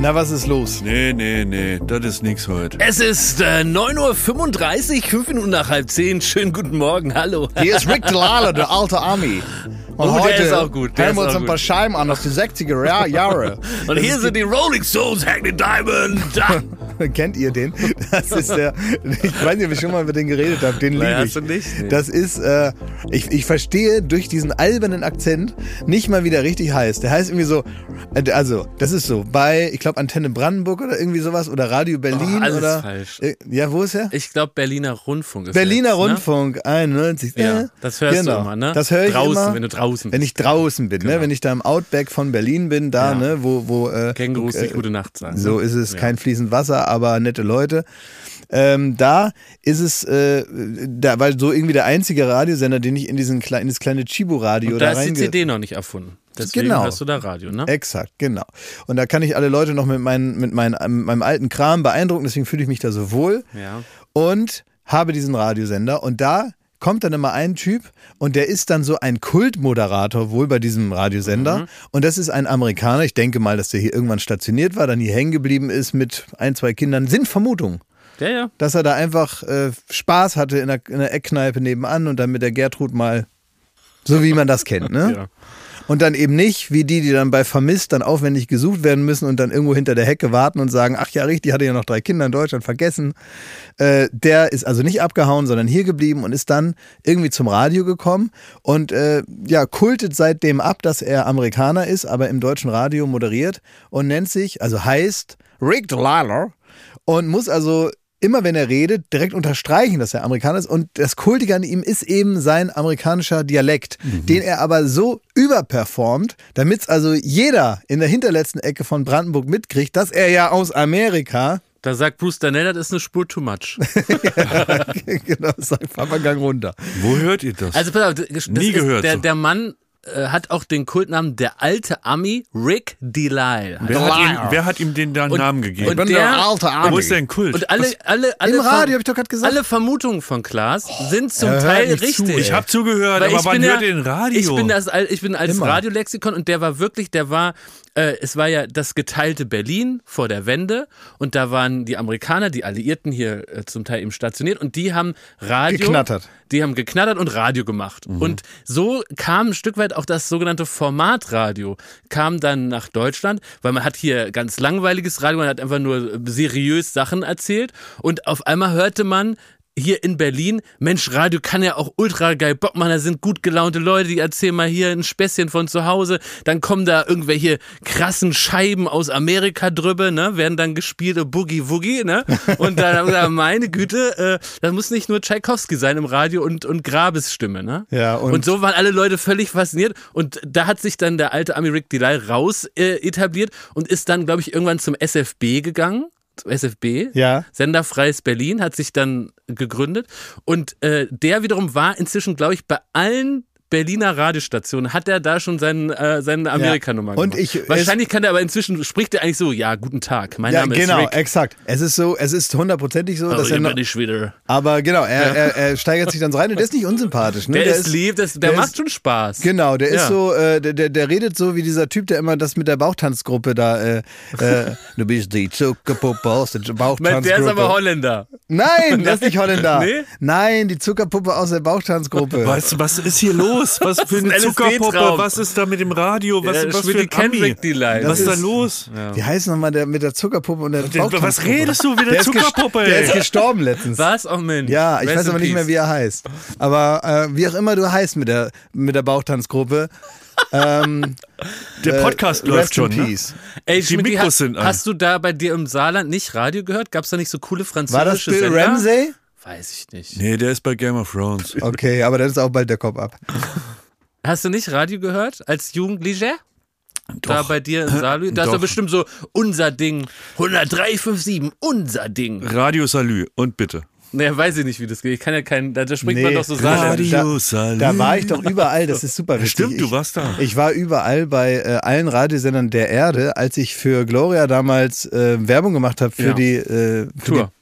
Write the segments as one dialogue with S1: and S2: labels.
S1: Na, was ist los?
S2: Nee, nee, nee, das ist nix heute.
S3: Es ist äh, 9.35 Uhr, 5 Minuten nach halb 10. Schönen guten Morgen, hallo.
S1: Hier ist Rick Delala, der alte Ami. Und
S3: Oh, der
S1: heute
S3: ist auch gut, der
S1: hören wir
S3: ist
S1: uns
S3: auch
S1: ein paar
S3: gut.
S1: Scheiben an aus den 60er Jahr- Jahre.
S3: Und hier sind die Rolling Stones, Hack the Diamond. Da.
S1: Kennt ihr den? Das ist der. Ich weiß nicht, ob ich schon mal über den geredet habe. Den
S3: Nein,
S1: liebe ich.
S3: hast du nicht? Nee.
S1: Das ist. Äh, ich, ich verstehe durch diesen albernen Akzent nicht mal, wie der richtig heißt. Der heißt irgendwie so. äh, Also, das ist so. Bei, ich glaube, Antenne Brandenburg oder irgendwie sowas oder Radio Berlin
S3: Oh, alles
S1: oder.
S3: falsch.
S1: Äh, Ja, wo ist er?
S3: Ich glaube, Berliner Rundfunk ist
S1: Berliner
S3: jetzt,
S1: Rundfunk 91.
S3: Ne? Ja,
S1: Äh,
S3: das hörst
S1: genau.
S3: du immer, ne?
S1: Das höre ich
S3: draußen,
S1: immer.
S3: wenn du draußen
S1: Wenn ich draußen bin, ne?
S3: Genau.
S1: wenn ich da im Outback von Berlin bin, da,
S3: Ja.
S1: ne, wo, wo äh,
S3: Kängurus
S1: äh,
S3: die gute Nacht sagen. ne?
S1: so ist es, kein fließend Wasser, aber nette Leute. Ähm, da ist es, äh, da war so irgendwie der einzige Radiosender, den ich in diesen kleinen, in das kleine Chibo-Radio
S3: Da
S1: da
S3: ist die
S1: reinge...
S3: CD noch nicht erfunden. Deswegen
S1: Genau.
S3: hast du da Radio, ne?
S1: Exakt, genau. Und da kann ich alle Leute noch mit, meinen, mit meinen, mit meinem alten Kram beeindrucken, deswegen fühle ich mich da so wohl.
S3: Ja.
S1: Und habe diesen Radiosender und da kommt dann immer ein Typ und der ist dann so ein Kultmoderator wohl bei diesem
S3: Mhm.
S1: Radiosender und das ist ein Amerikaner, ich denke mal, dass der hier irgendwann stationiert war, dann hier hängen geblieben ist mit ein, zwei Kindern, sind Vermutungen.
S3: Ja, ja.
S1: Dass er da einfach äh, Spaß hatte in der, in der Eckkneipe nebenan und dann mit der Gertrud mal, so wie man das kennt, ne?
S3: ja.
S1: Und dann eben nicht, wie die, die dann bei Vermisst dann aufwendig gesucht werden müssen und dann irgendwo hinter der Hecke warten und sagen, ach ja, richtig, die hatte ja noch drei Kinder in Deutschland vergessen. Äh, der ist also nicht abgehauen, sondern hier geblieben und ist dann irgendwie zum Radio gekommen und äh, ja, kultet seitdem ab, dass er Amerikaner ist, aber im deutschen Radio moderiert und nennt sich, also heißt Rick Lalo und muss also immer wenn er redet, direkt unterstreichen, dass er Amerikaner ist. Und das Kultige an ihm ist eben sein amerikanischer Dialekt, den er aber so überperformt, damit es also jeder in der hinterletzten Ecke von Brandenburg mitkriegt, dass er ja aus Amerika,
S3: Da sagt Bruce Danell, das ist eine Spur too much.
S1: genau, sagt Papa Gang runter.
S2: Wo hört ihr das?
S3: Also, pass auf, das
S2: Nie
S3: ist,
S2: gehört
S3: Der,
S2: so.
S3: der Mann äh, hat auch den Kultnamen der alte Ami Rick Delisle.
S2: wer, hat ihm, wer hat ihm den da einen
S3: Und-
S2: Namen gegeben?
S3: und- der-
S1: alte
S2: Wo ist denn Kult?
S3: Und alle, alle, alle,
S1: Im
S3: Ver-
S1: Radio, hab ich doch gerade gesagt.
S3: alle Vermutungen von Klaas sind zum
S1: er hört
S3: Teil
S1: nicht zu,
S3: richtig.
S1: ey.
S2: ich habe zugehört,
S3: Weil
S2: aber wann
S3: bin
S2: hört
S3: ja-
S2: ihr den Radio?
S3: Ich bin, das, al- ich bin als
S1: Immer.
S3: Radiolexikon und der war wirklich, der war, äh, es war ja das geteilte Berlin vor der Wende und da waren die Amerikaner, die Alliierten hier äh, zum Teil eben stationiert und die haben Radio.
S1: Geknattert.
S3: Die haben geknattert und Radio gemacht.
S2: Mhm.
S3: Und so kam ein Stück weit auch das sogenannte Formatradio, kam dann nach Deutschland, weil man hat hier ganz langweiliges Radio, man hat einfach nur seriös Sachen erzählt und auf einmal hörte man hier in Berlin, Mensch, Radio kann ja auch ultra geil Bock machen, da sind gut gelaunte Leute, die erzählen mal hier ein Späßchen von zu Hause, dann kommen da irgendwelche krassen Scheiben aus Amerika drüber, ne, werden dann gespielt, äh, Boogie Woogie, ne, und dann haben wir gesagt, meine Güte, äh, das muss nicht nur Tchaikovsky sein im Radio und, und Grabes Stimme, ne.
S1: Ja, und-
S3: und, so waren alle Leute völlig fasziniert und da hat sich dann der alte Ami Rick Delay raus äh, etabliert und ist dann, glaube ich, irgendwann zum SFB gegangen, zum SFB,
S1: Ja.
S3: Senderfreies Berlin hat sich dann gegründet und äh, der wiederum war inzwischen, glaube ich, bei allen Berliner Radiostationen hat er da schon seinen, äh, seine Amerikanummer
S1: Und
S3: gemacht.
S1: ich-
S3: Wahrscheinlich kann er aber inzwischen, spricht er eigentlich so, ja, guten Tag, mein
S1: Ja,
S3: Name
S1: genau,
S3: ist Rick.
S1: exakt. Es ist so, es ist hundertprozentig so,
S3: Oh,
S1: dass er
S3: hier
S1: noch,
S3: bin ich wieder.
S1: aber genau, er, er, er steigert sich dann so rein und der ist nicht unsympathisch. Ne?
S3: Der, ist lieb, das, der,
S1: der
S3: macht
S1: ist-
S3: schon Spaß.
S1: Genau, der ist
S3: Ja.
S1: so, äh, der, der, der redet so wie dieser Typ, der immer das mit der Bauchtanzgruppe da, äh, äh, du bist die Zuckerpuppe aus der Bauchtanzgruppe.
S3: Mein, der ist aber Holländer.
S1: Nein, das ist nicht Holländer.
S3: Nee?
S1: Nein, die Zuckerpuppe aus der Bauchtanzgruppe.
S2: Weißt du, was ist hier los? Was für eine
S3: ein
S2: Zuckerpuppe?
S3: LSD-Traum.
S2: Was ist da mit dem Radio? Was,
S3: Der
S2: was für
S3: spielt
S2: ein
S3: die Ken
S2: Ami?
S3: Rick Delay.
S2: Was
S1: Das
S2: ist da
S1: ist-
S2: los?
S1: Wie heißt nochmal der mit der Zuckerpuppe und der Bauchtanzgruppe?
S2: Was redest du wieder
S1: Der ist, gest-
S2: Zuckerpuppe?
S1: der ist
S2: ey?
S1: gestorben letztens.
S3: Was? Oh Mensch.
S1: Ja, ich
S3: Rest
S1: weiß
S3: in
S1: aber nicht
S3: peace.
S1: mehr, wie er heißt. Aber äh, wie auch immer du heißt mit der, mit der Bauchtanzgruppe.
S2: Der Podcast
S1: äh, rest
S2: läuft
S1: in
S2: schon. Ne?
S1: Peace.
S3: Ey,
S2: Die
S3: Schmidt,
S2: Mikros
S3: hast,
S2: sind an.
S3: Hast du da bei dir im Saarland nicht Radio gehört? Gab es da nicht so coole französische
S1: War das Bill
S3: Sender?
S1: Ramsey?
S3: Weiß ich nicht.
S2: Nee, der ist bei Game of Thrones.
S1: Okay, aber dann ist auch bald der Kopf ab.
S3: Hast du nicht Radio gehört als Jugendlicher? Da bei dir in Salü? Da ist
S2: Doch.
S3: doch bestimmt so unser Ding. 103557, unser Ding.
S2: Radio Salü und bitte.
S3: Naja, weiß ich nicht, wie das geht. Ich kann ja keinen. Da, da spricht
S1: Nee.
S3: man doch so
S1: Ja,
S3: Saarland.
S1: die-
S2: Radio Salü.
S1: Da war ich doch überall, das ist super wichtig.
S2: Stimmt, du
S1: Ich-
S2: warst da.
S1: Ich war überall bei äh, allen Radiosendern der Erde, als ich für Gloria damals äh, Werbung gemacht habe für
S3: Ja.
S1: die äh, für
S3: Tour.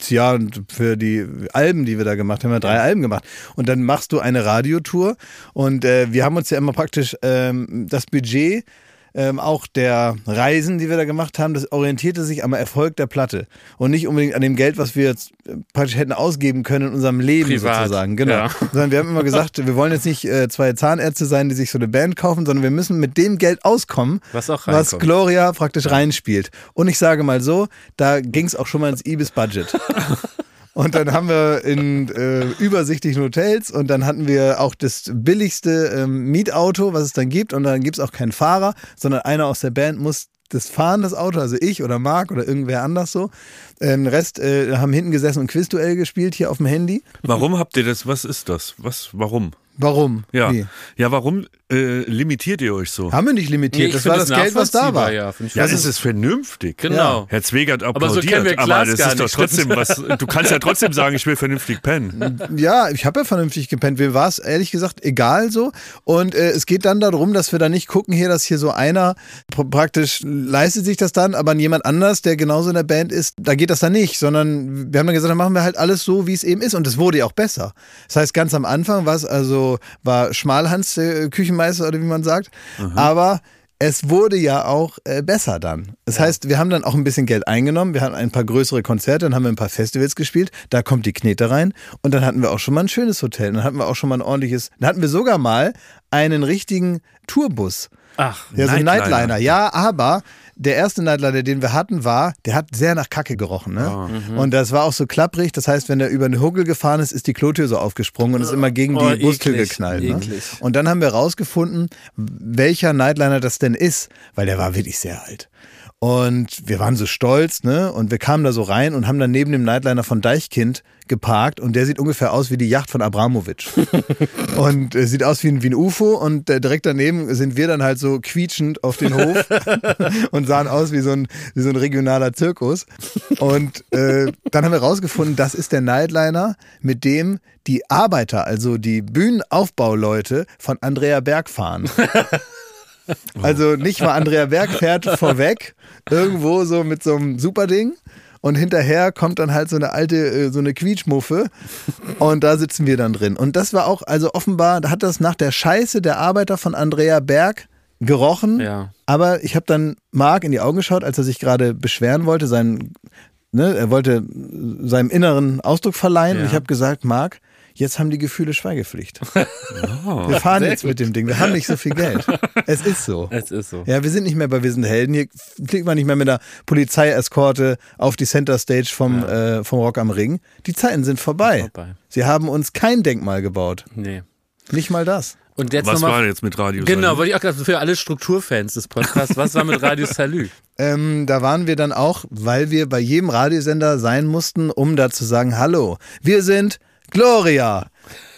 S1: Die, ja, und für die Alben, die wir da gemacht haben, wir haben drei Alben gemacht. Und dann machst du eine Radiotour und äh, wir haben uns ja immer praktisch ähm, das Budget ähm, auch der Reisen, die wir da gemacht haben, das orientierte sich am Erfolg der Platte und nicht unbedingt an dem Geld, was wir jetzt äh, praktisch hätten ausgeben können in unserem Leben
S3: Privat,
S1: sozusagen. Genau.
S3: ja.
S1: Sondern wir haben immer gesagt, wir wollen jetzt nicht äh, zwei Zahnärzte sein, die sich so eine Band kaufen, sondern wir müssen mit dem Geld auskommen,
S3: Was auch
S1: was
S3: reinkommt.
S1: Gloria praktisch reinspielt. Und ich sage mal so, da ging es auch schon mal ins Ibis-Budget. Und dann haben wir in äh, übersichtlichen Hotels und dann hatten wir auch das billigste ähm, Mietauto, was es dann gibt. Und dann gibt es auch keinen Fahrer, sondern einer aus der Band muss das fahren, das Auto, also ich oder Marc oder irgendwer anders so. Äh, Den Rest äh, haben hinten gesessen und Quizduell gespielt hier auf dem Handy.
S2: Warum habt ihr das? Was ist das? Was? Warum?
S1: Warum?
S2: Ja.
S1: Wie?
S2: Ja, warum äh, limitiert ihr euch so?
S1: Haben wir nicht
S3: Nee,
S1: limitiert.
S3: ich
S1: das
S3: find
S1: war das Geld, was da war.
S3: nachvollziehbar, Ja, find ich
S2: Ja,
S3: schon.
S2: es ist vernünftig.
S3: genau.
S2: Herr Zwegert
S3: so
S2: applaudiert,
S3: kennen wir Klaas
S2: aber das
S3: gar
S2: ist doch
S3: nicht.
S2: trotzdem was. Du kannst ja trotzdem sagen, ich will vernünftig pennen.
S1: Ja, ich habe ja vernünftig gepennt. Mir war es ehrlich gesagt egal so. Und äh, es geht dann darum, dass wir da nicht gucken hier, dass hier so einer pr praktisch leistet sich das dann, aber jemand anders, der genauso in der Band ist, da geht das dann nicht. Sondern wir haben dann gesagt, dann machen wir halt alles so, wie es eben ist. Und es wurde ja auch besser. Das heißt, ganz am Anfang war es also, war Schmalhans der Küchenmeister oder wie man sagt.
S3: Mhm.
S1: Aber es wurde ja auch äh, besser dann. Das heißt, wir haben dann auch ein bisschen Geld eingenommen, wir hatten ein paar größere Konzerte, dann haben wir ein paar Festivals gespielt, da kommt die Knete rein und dann hatten wir auch schon mal ein schönes Hotel, dann hatten wir auch schon mal ein ordentliches, dann hatten wir sogar mal einen richtigen Tourbus.
S3: Ach,
S1: Ja, so ein
S2: Nightliner.
S1: Nightliner. Ja, aber der erste Nightliner, den wir hatten, war, der hat sehr nach Kacke gerochen. Ne? Und das war auch so klapprig. Das heißt, wenn er über eine Huckel gefahren ist, ist die Klotür so aufgesprungen und ist immer gegen die
S3: Oh, eklig,
S1: Bustel geknallt. Ne?
S3: eklig.
S1: Und dann haben wir rausgefunden, welcher Nightliner das denn ist, weil der war wirklich sehr alt. Und wir waren so stolz, ne? Und wir kamen da so rein und haben dann neben dem Nightliner von Deichkind geparkt und der sieht ungefähr aus wie die Yacht von Abramowitsch. und äh, sieht aus wie ein, wie ein UFO und äh, direkt daneben sind wir dann halt so quietschend auf den Hof und sahen aus wie so ein, wie so ein regionaler Zirkus. Und äh, dann haben wir rausgefunden, das ist der Nightliner, mit dem die Arbeiter, also die Bühnenaufbauleute von Andrea Berg fahren.
S3: Mhm.
S1: Also nicht mal Andrea Berg fährt vorweg, irgendwo so mit so einem Superding. Und hinterher kommt dann halt so eine alte, äh, so eine Quietschmuffe. Und da sitzen wir dann drin. Und das war auch, also offenbar hat das nach der Scheiße der Arbeiter von Andrea Berg gerochen.
S3: Ja.
S1: Aber ich habe dann Marc in die Augen geschaut, als er sich gerade beschweren wollte. Sein, ne, er wollte seinem inneren Ausdruck verleihen.
S3: Ja.
S1: Und ich habe gesagt, Marc, jetzt haben die Gefühle Schweigepflicht.
S3: Oh,
S1: Wir fahren jetzt mit dem Ding. Wir haben nicht so viel Geld. Es ist so.
S3: es ist so.
S1: Ja, wir sind nicht mehr bei Wir sind Helden. Hier fliegt man nicht mehr mit einer Polizeieskorte auf die Center Stage vom, äh, vom Rock am Ring. Die Zeiten sind vorbei.
S3: Vorbei.
S1: Sie haben uns kein Denkmal gebaut.
S3: Nee.
S1: Nicht mal das.
S3: Und jetzt
S2: Was
S3: nochmal.
S2: war jetzt mit Radio?
S3: Genau, wollte ich auch gerade für alle Strukturfans des Podcasts, was war mit Radio Salü?
S1: Ähm, da waren wir dann auch, weil wir bei jedem Radiosender sein mussten, um da zu sagen, hallo, wir sind Gloria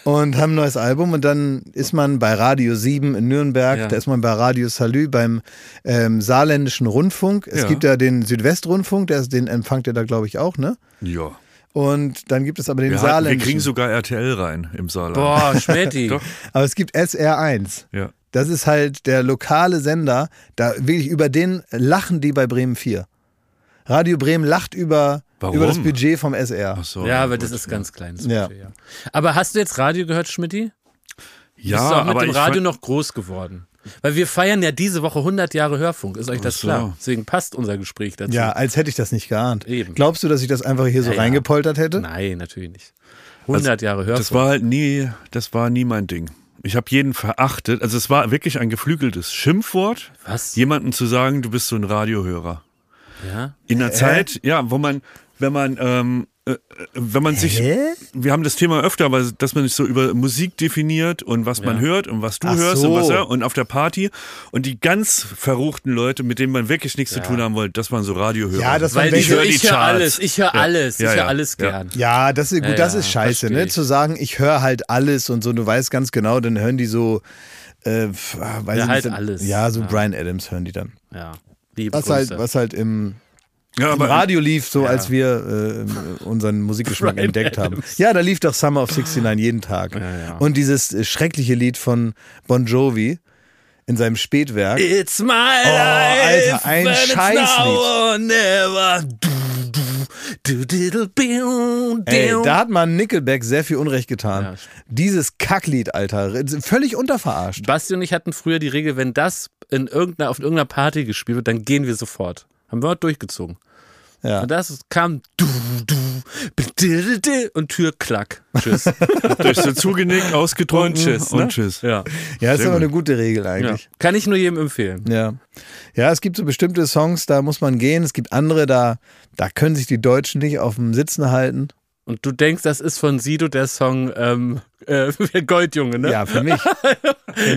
S1: und haben ein neues Album und dann ist man bei Radio 7 in Nürnberg,
S3: Ja.
S1: da ist man bei Radio Salü beim ähm, saarländischen Rundfunk. Es
S2: Ja.
S1: gibt ja den Südwestrundfunk, der ist, den empfangt ihr da glaube ich auch, ne?
S2: Ja.
S1: Und dann gibt es aber den
S2: Wir, hatten, wir
S1: saarländischen.
S2: kriegen sogar RTL rein im Saarland.
S3: Boah, Schmetti.
S2: Doch.
S1: aber es gibt SR1.
S2: Ja.
S1: Das ist halt der lokale Sender, da wirklich über den lachen die bei Bremen 4. Radio Bremen lacht über,
S2: Warum?
S1: über das Budget vom SR.
S2: Ach so.
S3: Ja, aber das ist ganz klein. das
S1: Ja.
S3: Budget, ja. Aber hast du jetzt Radio gehört, Schmidti?
S2: ja,
S3: Bist du auch mit
S2: aber
S3: dem
S2: ich
S3: Radio
S2: fand-
S3: noch groß geworden? Weil wir feiern ja diese Woche 100 Jahre Hörfunk, ist euch das
S2: Ach so.
S3: klar? Deswegen passt unser Gespräch dazu.
S1: Ja, als hätte ich das nicht geahnt.
S3: Eben.
S1: Glaubst du, dass ich das einfach hier so
S3: Ja, ja.
S1: reingepoltert hätte?
S3: Nein, natürlich nicht. 100 Jahre Hörfunk.
S2: Das war halt nie, das war nie mein Ding. Ich habe jeden verachtet. Also es war wirklich ein geflügeltes Schimpfwort,
S3: Was?
S2: jemandem zu sagen, du bist so ein Radiohörer.
S3: Ja?
S2: In einer Zeit, ja, wo man, wenn man, ähm, äh, äh, wenn man sich,
S1: Hä?
S2: wir haben das Thema öfter, aber dass man sich so über Musik definiert und was man hört und was du
S1: Ach
S2: hörst und was
S1: so.
S2: er und auf der Party und die ganz verruchten Leute, mit denen man wirklich nichts zu tun haben wollte, dass man so Radiohörer.
S1: Ja, das
S3: Weil
S1: Wenn
S3: ich,
S1: ich-
S3: höre-
S2: die
S3: ich höre
S2: Charts.
S3: alles, ich höre alles, ich
S2: Ja,
S3: höre
S2: ja.
S3: alles
S2: Ja.
S3: gern.
S1: Ja, das ist, gut,
S3: Ja,
S1: das
S3: ja,
S1: ist scheiße,
S3: verstehe
S1: ne?
S3: ich.
S1: Zu sagen, ich höre halt alles und so, du weißt ganz genau, dann hören die so, äh, pf, ah, weiß
S3: Ja,
S1: ich
S3: halt
S1: nicht, dann-
S3: alles.
S1: Ja, so
S3: Ja.
S1: Brian Adams hören die dann.
S3: Ja. Liebe
S1: Was
S3: Grüße.
S1: halt, was halt im,
S2: Ja,
S1: im
S2: aber
S1: Radio lief, so als wir äh, unseren Musikgeschmack
S3: Brian
S1: entdeckt haben. Ja, da lief doch Summer of 69 jeden Tag.
S3: ja.
S1: Und dieses äh, schreckliche Lied von Bon Jovi in seinem Spätwerk.
S3: It's my
S1: Oh,
S3: life.
S1: Alter, ein
S3: when it's
S1: Scheißlied.
S3: now or never.
S1: Ey,
S3: Ey,
S1: da hat man Nickelback sehr viel Unrecht getan.
S3: Ja.
S1: Dieses Kacklied, Alter, völlig unterverarscht.
S3: Basti und ich hatten früher die Regel, wenn das in irgendeiner, auf irgendeiner Party gespielt wird, dann gehen wir sofort. Haben wir heute durchgezogen.
S1: Ja.
S3: Und das kam du, du, und Tür klack. Tschüss.
S2: Durch so zugenickt, ausgetrunken
S3: und tschüss. Ne?
S2: Und tschüss.
S3: Ja.
S1: Ja, ist
S2: Sehr
S1: aber
S2: gut.
S1: eine gute Regel
S3: ja.
S1: eigentlich.
S3: Kann ich nur jedem empfehlen.
S1: Ja. Ja, es gibt so bestimmte Songs, da muss man gehen. Es gibt andere, da, da können sich die Deutschen nicht auf dem Sitzen halten.
S3: Und du denkst, das ist von Sido der Song ähm, äh, Goldjunge, ne?
S1: Ja, für mich.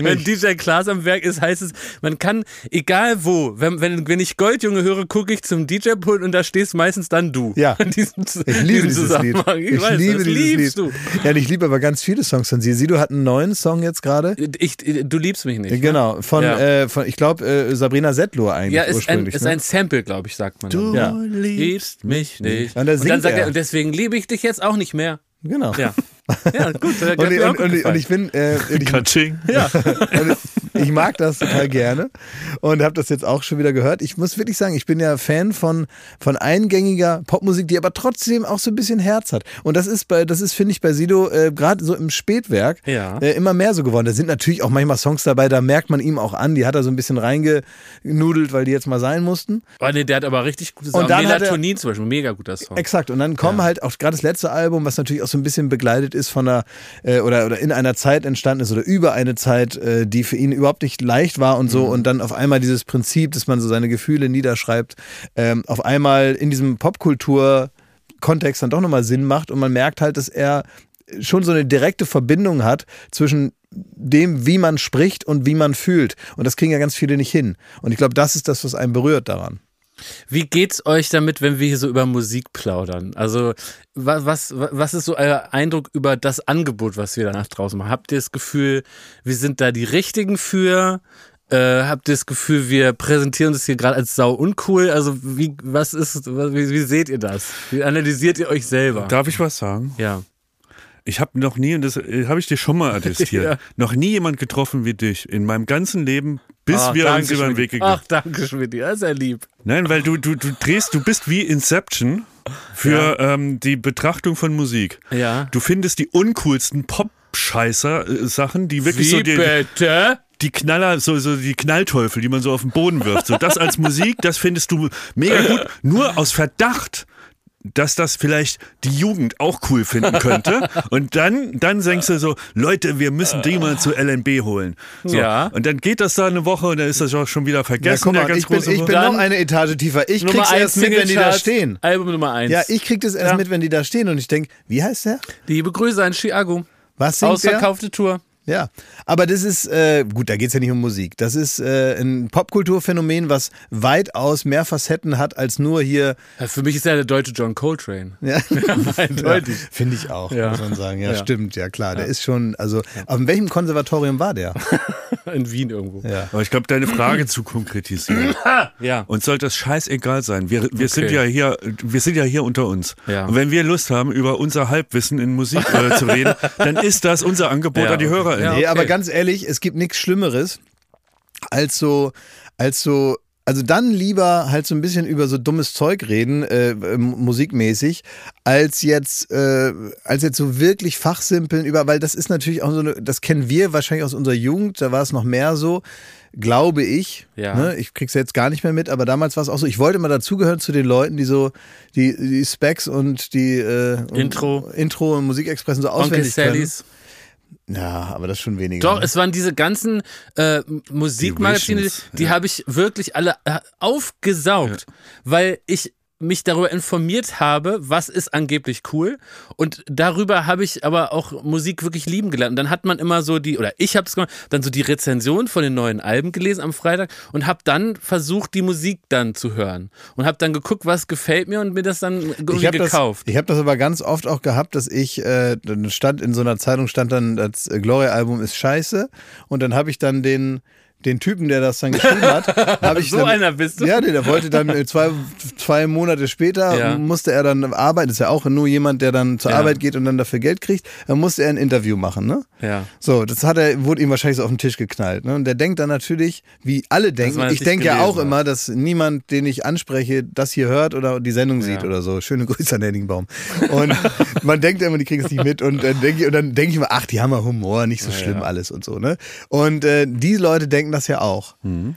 S3: Wenn DJ Klaas am Werk ist, heißt es, man kann, egal wo, wenn, wenn, wenn ich Goldjunge höre, gucke ich zum DJ-Pult und da stehst meistens dann du.
S1: Ja.
S3: In diesem,
S1: Ich liebe dieses
S3: diesem
S1: Lied.
S3: Zusammenhang. Ich, weiß, das liebst
S1: Lied. Ja, und ich liebe aber ganz viele Songs von sie. Sido hat einen neuen Song jetzt gerade.
S3: du. Ich, du liebst mich nicht.
S1: Genau, von,
S3: Ja.
S1: äh, von ich glaube, äh, Sabrina Settler eigentlich
S3: Ja, ist ein,
S1: ursprünglich.
S3: ist
S1: ne?
S3: ein Sample, glaube ich, sagt man.
S2: Du
S3: dann.
S1: Ja.
S2: liebst
S3: mich nicht.
S1: Und
S3: Und,
S1: da singt
S3: dann sagt
S1: er.
S3: er, und deswegen liebe ich dich jetzt auch nicht mehr.
S1: genau.
S3: Ja. Ja, gut.
S1: Und, und, und, und, ich bin, äh, und ich
S2: Katsching.
S3: ja.
S1: Und ich mag das total gerne und habe das jetzt auch schon wieder gehört. Ich muss wirklich sagen, ich bin ja Fan von, von eingängiger Popmusik, die aber trotzdem auch so ein bisschen Herz hat. Und das ist bei, das ist, finde ich, bei Sido äh, gerade so im Spätwerk
S3: Ja.
S1: äh, immer mehr so geworden. Da sind natürlich auch manchmal Songs dabei, da merkt man ihm auch an, die hat er so ein bisschen reingenudelt, weil die jetzt mal sein mussten.
S3: Oh, nee, der hat aber richtig gute Songs.
S1: dann hat er-
S3: Melatonin zum Beispiel, mega guter Song.
S1: Exakt. Und dann kommen halt auch gerade das letzte Album, was natürlich auch so ein bisschen begleitet ist von einer äh, oder, oder in einer Zeit entstanden ist oder über eine Zeit, äh, die für ihn überhaupt nicht leicht war und so. Und dann auf einmal dieses Prinzip, dass man so seine Gefühle niederschreibt, ähm, auf einmal in diesem Popkultur. Kontext dann doch nochmal Sinn macht und man merkt halt, dass er schon so eine direkte Verbindung hat zwischen dem, wie man spricht und wie man fühlt. Und das kriegen ja ganz viele nicht hin. Und ich glaube, das ist das, was einen berührt daran.
S3: Wie geht's euch damit, wenn wir hier so über Musik plaudern? Also, was, was, was ist so euer Eindruck über das Angebot, was wir danach draußen machen? Habt ihr das Gefühl, wir sind da die Richtigen für? Äh, habt ihr das Gefühl, wir präsentieren das hier gerade als sau uncool? Also, wie, was ist, was, wie, wie seht ihr das? Wie analysiert ihr euch selber?
S2: Darf ich was sagen?
S3: ja.
S2: Ich habe noch nie, und das äh, habe ich dir schon mal attestiert,
S3: Ja.
S2: noch nie jemand getroffen wie dich in meinem ganzen Leben, bis
S3: Ach,
S2: wir
S3: Ah, danke,
S2: uns über den
S3: Schmidti.
S2: Weg gegangen
S3: Ach, danke, Schmidt, das ist ja lieb.
S2: Nein, weil du, du, du drehst, du bist wie Inception für ähm, die Betrachtung von Musik.
S3: Ja.
S2: Du findest die uncoolsten Pop-Scheißer-Sachen, die wirklich so die,
S3: bitte?
S2: die Knaller, so, so die Knallteufel, die man so auf den Boden wirft. So das als Musik, das findest du mega gut, nur aus Verdacht, dass das vielleicht die Jugend auch cool finden könnte. Und dann, dann denkst du so, Leute, wir müssen die mal zu LNB holen. So.
S3: Ja.
S2: Und dann geht das da eine Woche und dann ist das auch schon wieder
S1: Ja,
S2: vergessen.
S1: guck mal,
S2: der ganz
S1: ich bin,
S2: große
S1: ich bin
S3: Dann
S1: noch eine Etage tiefer. Ich
S3: Nummer
S1: krieg's
S3: eins,
S1: erst mit, wenn die da
S3: Singlecharts,
S1: stehen.
S3: Album Nummer eins.
S1: Ja, ich krieg das erst
S3: Ja.
S1: mit, wenn die da stehen und ich denk, wie heißt der?
S3: Liebe Grüße an Chiago.
S1: Was singt der?
S3: Ausverkaufte Tour.
S1: Ja, aber das ist, äh, gut, da geht's ja nicht um Musik. Das ist äh, ein Popkulturphänomen, was weitaus mehr Facetten hat als nur hier.
S3: Ja, Also für mich ist er der deutsche John Coltrane.
S1: Ja,
S3: Eindeutig.
S1: Finde ich auch,
S3: Ja.
S1: muss man sagen. Ja,
S3: Ja.
S1: stimmt, ja klar. Der ist schon, also, auf welchem Konservatorium war der?
S3: In Wien irgendwo. Ja.
S2: Aber ich glaube, deine Frage zu konkretisieren. Uns sollte das scheißegal sein. Wir, wir sind ja hier, wir sind ja hier unter uns.
S3: Ja.
S2: Und wenn wir Lust haben, über unser Halbwissen in Musik äh, zu reden, dann ist das unser Angebot
S3: Ja,
S2: an die
S3: okay.
S2: HörerInnen.
S3: Ja.
S1: Nee, aber
S3: okay.
S1: ganz ehrlich, es gibt nichts Schlimmeres als so, als so, also dann lieber halt so ein bisschen über so dummes Zeug reden, äh, m- musikmäßig, als jetzt, äh, als jetzt so wirklich fachsimpeln über, weil das ist natürlich auch so eine, das kennen wir wahrscheinlich aus unserer Jugend, da war es noch mehr so, glaube ich.
S3: Ja.
S1: Ne? Ich krieg's jetzt gar nicht mehr mit, aber damals war es auch so, ich wollte mal dazugehören zu den Leuten, die so die, die Specs und die äh,
S3: Intro.
S1: Intro und Musikexpressen so
S3: Onkel
S1: auswendig können.
S3: Sallys.
S1: Ja, aber das ist schon weniger.
S3: Doch, es waren diese ganzen äh, Musikmagazine,
S2: Die
S3: die,
S2: Visions,
S3: habe ich wirklich alle äh, aufgesaugt, weil ich mich darüber informiert habe, was ist angeblich cool. Und darüber habe ich aber auch Musik wirklich lieben gelernt. Und dann hat man immer so die, oder ich habe es gemacht, dann so die Rezension von den neuen Alben gelesen am Freitag und habe dann versucht, die Musik dann zu hören. Und habe dann geguckt, was gefällt mir und mir das dann irgendwie
S1: ich hab
S3: gekauft.
S1: Das, ich habe das aber ganz oft auch gehabt, dass ich, äh, dann stand in so einer Zeitung stand dann, das äh, Gloria-Album ist scheiße und dann habe ich dann den den Typen, der das dann geschrieben hat, habe ich
S3: So
S1: dann,
S3: einer bist du?
S1: Ja, nee, der wollte dann äh, zwei, zwei Monate später,
S3: Ja.
S1: musste er dann arbeiten, ist ja auch nur jemand, der dann zur Arbeit geht und dann dafür Geld kriegt, dann musste er ein Interview machen, ne?
S3: Ja.
S1: So, das hat er, wurde ihm wahrscheinlich so auf den Tisch geknallt. Ne? Und der denkt dann natürlich, wie alle denken,
S3: man das
S1: ich
S3: nicht
S1: denke ja auch
S3: gelesen hat.
S1: immer, dass niemand, den ich anspreche, das hier hört oder die Sendung sieht oder so. Schöne Grüße an Henning Baum. Und man denkt immer, die kriegen es nicht mit. Und dann denke ich, und dann denk ich immer, ach, die haben ja Humor, nicht so schlimm alles und so. Ne? Und äh, die Leute denken das ja auch.
S3: Mhm.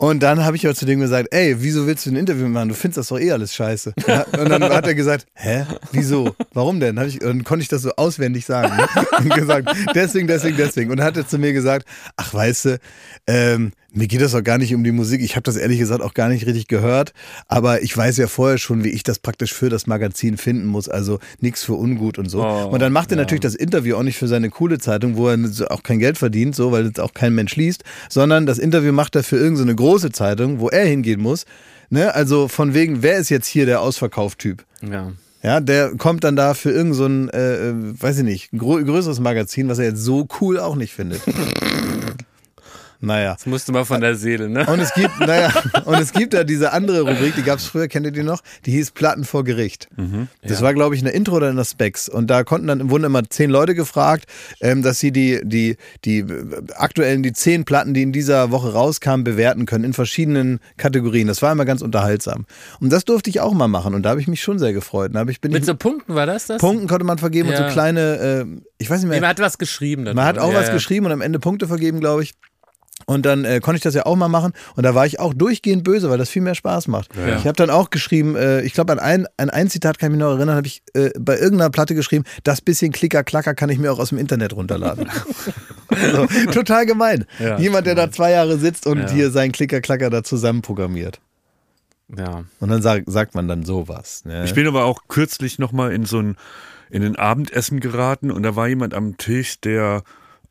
S1: Und dann habe ich aber zu dem gesagt, ey, wieso willst du ein Interview machen? Du findest das doch eh alles scheiße. Ja, Und dann hat er gesagt, hä, wieso? Warum denn? Hab ich, und konnte ich das so auswendig sagen. Ne? Und gesagt, deswegen, deswegen, deswegen. Und dann hat er zu mir gesagt, ach weißt du, ähm, mir geht das doch gar nicht um die Musik. Ich habe das ehrlich gesagt auch gar nicht richtig gehört. Aber ich weiß ja vorher schon, wie ich das praktisch für das Magazin finden muss. Also nichts für ungut und so.
S3: Oh,
S1: und dann macht er natürlich das Interview auch nicht für seine coole Zeitung, wo er auch kein Geld verdient, so, weil es auch kein Mensch liest, sondern das Interview macht er für irgendeine große Zeitung, wo er hingehen muss. Ne? Also von wegen, wer ist jetzt hier der Ausverkauftyp?
S3: Ja.
S1: Ja, der kommt dann da für irgend so ein, äh, äh, weiß ich nicht, grö größeres Magazin, was er jetzt so cool auch nicht findet. naja.
S3: Musste mal von der Seele, ne?
S1: Und es gibt, naja, und es gibt da diese andere Rubrik, die gab es früher, kennt ihr die noch? Die hieß Platten vor Gericht.
S3: Mhm.
S1: Das war, glaube ich, in der Intro oder in der Specs. Und da konnten dann wurden immer zehn Leute gefragt, ähm, dass sie die, die, die äh, aktuellen, die zehn Platten, die in dieser Woche rauskamen, bewerten können in verschiedenen Kategorien. Das war immer ganz unterhaltsam. Und das durfte ich auch mal machen. Und da habe ich mich schon sehr gefreut. Und Da habe ich bin
S3: Mit
S1: ich,
S3: so Punkten war das das?
S1: Punkten konnte man vergeben und
S3: Ja.
S1: so kleine, äh, ich weiß nicht
S3: Nee,
S1: mehr.
S3: man hat was geschrieben.
S1: Man hat auch
S3: ja,
S1: was
S3: ja.
S1: geschrieben und am Ende Punkte vergeben, glaube ich. Und dann äh, konnte ich das ja auch mal machen. Und da war ich auch durchgehend böse, weil das viel mehr Spaß macht. Ich habe dann auch geschrieben, äh, ich glaube, an ein, an ein Zitat kann ich mich noch erinnern, habe ich äh, bei irgendeiner Platte geschrieben, das bisschen Klicker-Klacker kann ich mir auch aus dem Internet runterladen. so, total gemein.
S3: Ja.
S1: Jemand, der da zwei Jahre sitzt und
S3: Ja.
S1: hier seinen Klicker-Klacker da zusammenprogrammiert.
S3: Ja.
S1: Und dann sag, sagt man dann sowas. Ne?
S2: Ich bin aber auch kürzlich nochmal in so ein, in ein Abendessen geraten und da war jemand am Tisch, der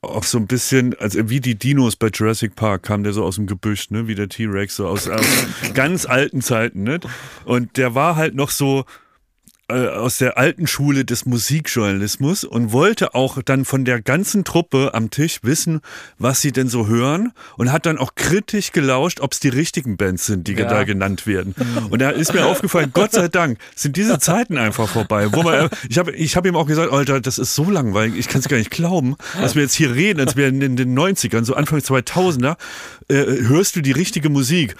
S2: auch so ein bisschen, also wie die Dinos bei Jurassic Park kam der so aus dem Gebüsch, ne, wie der T-Rex, so aus, aus ganz alten Zeiten, ne? Und der war halt noch so, äh, aus der alten Schule des Musikjournalismus und wollte auch dann von der ganzen Truppe am Tisch wissen, was sie denn so hören und hat dann auch kritisch gelauscht, ob es die richtigen Bands sind, die
S3: Ja.
S2: da genannt werden. Und da ist mir aufgefallen, Gott sei Dank sind diese Zeiten einfach vorbei. Wo man, ich habe ich hab ihm auch gesagt, Alter, das ist so langweilig, ich kann es gar nicht glauben, dass wir jetzt hier reden, als wären in den 90ern, so Anfang 2000er, äh, hörst du die richtige Musik.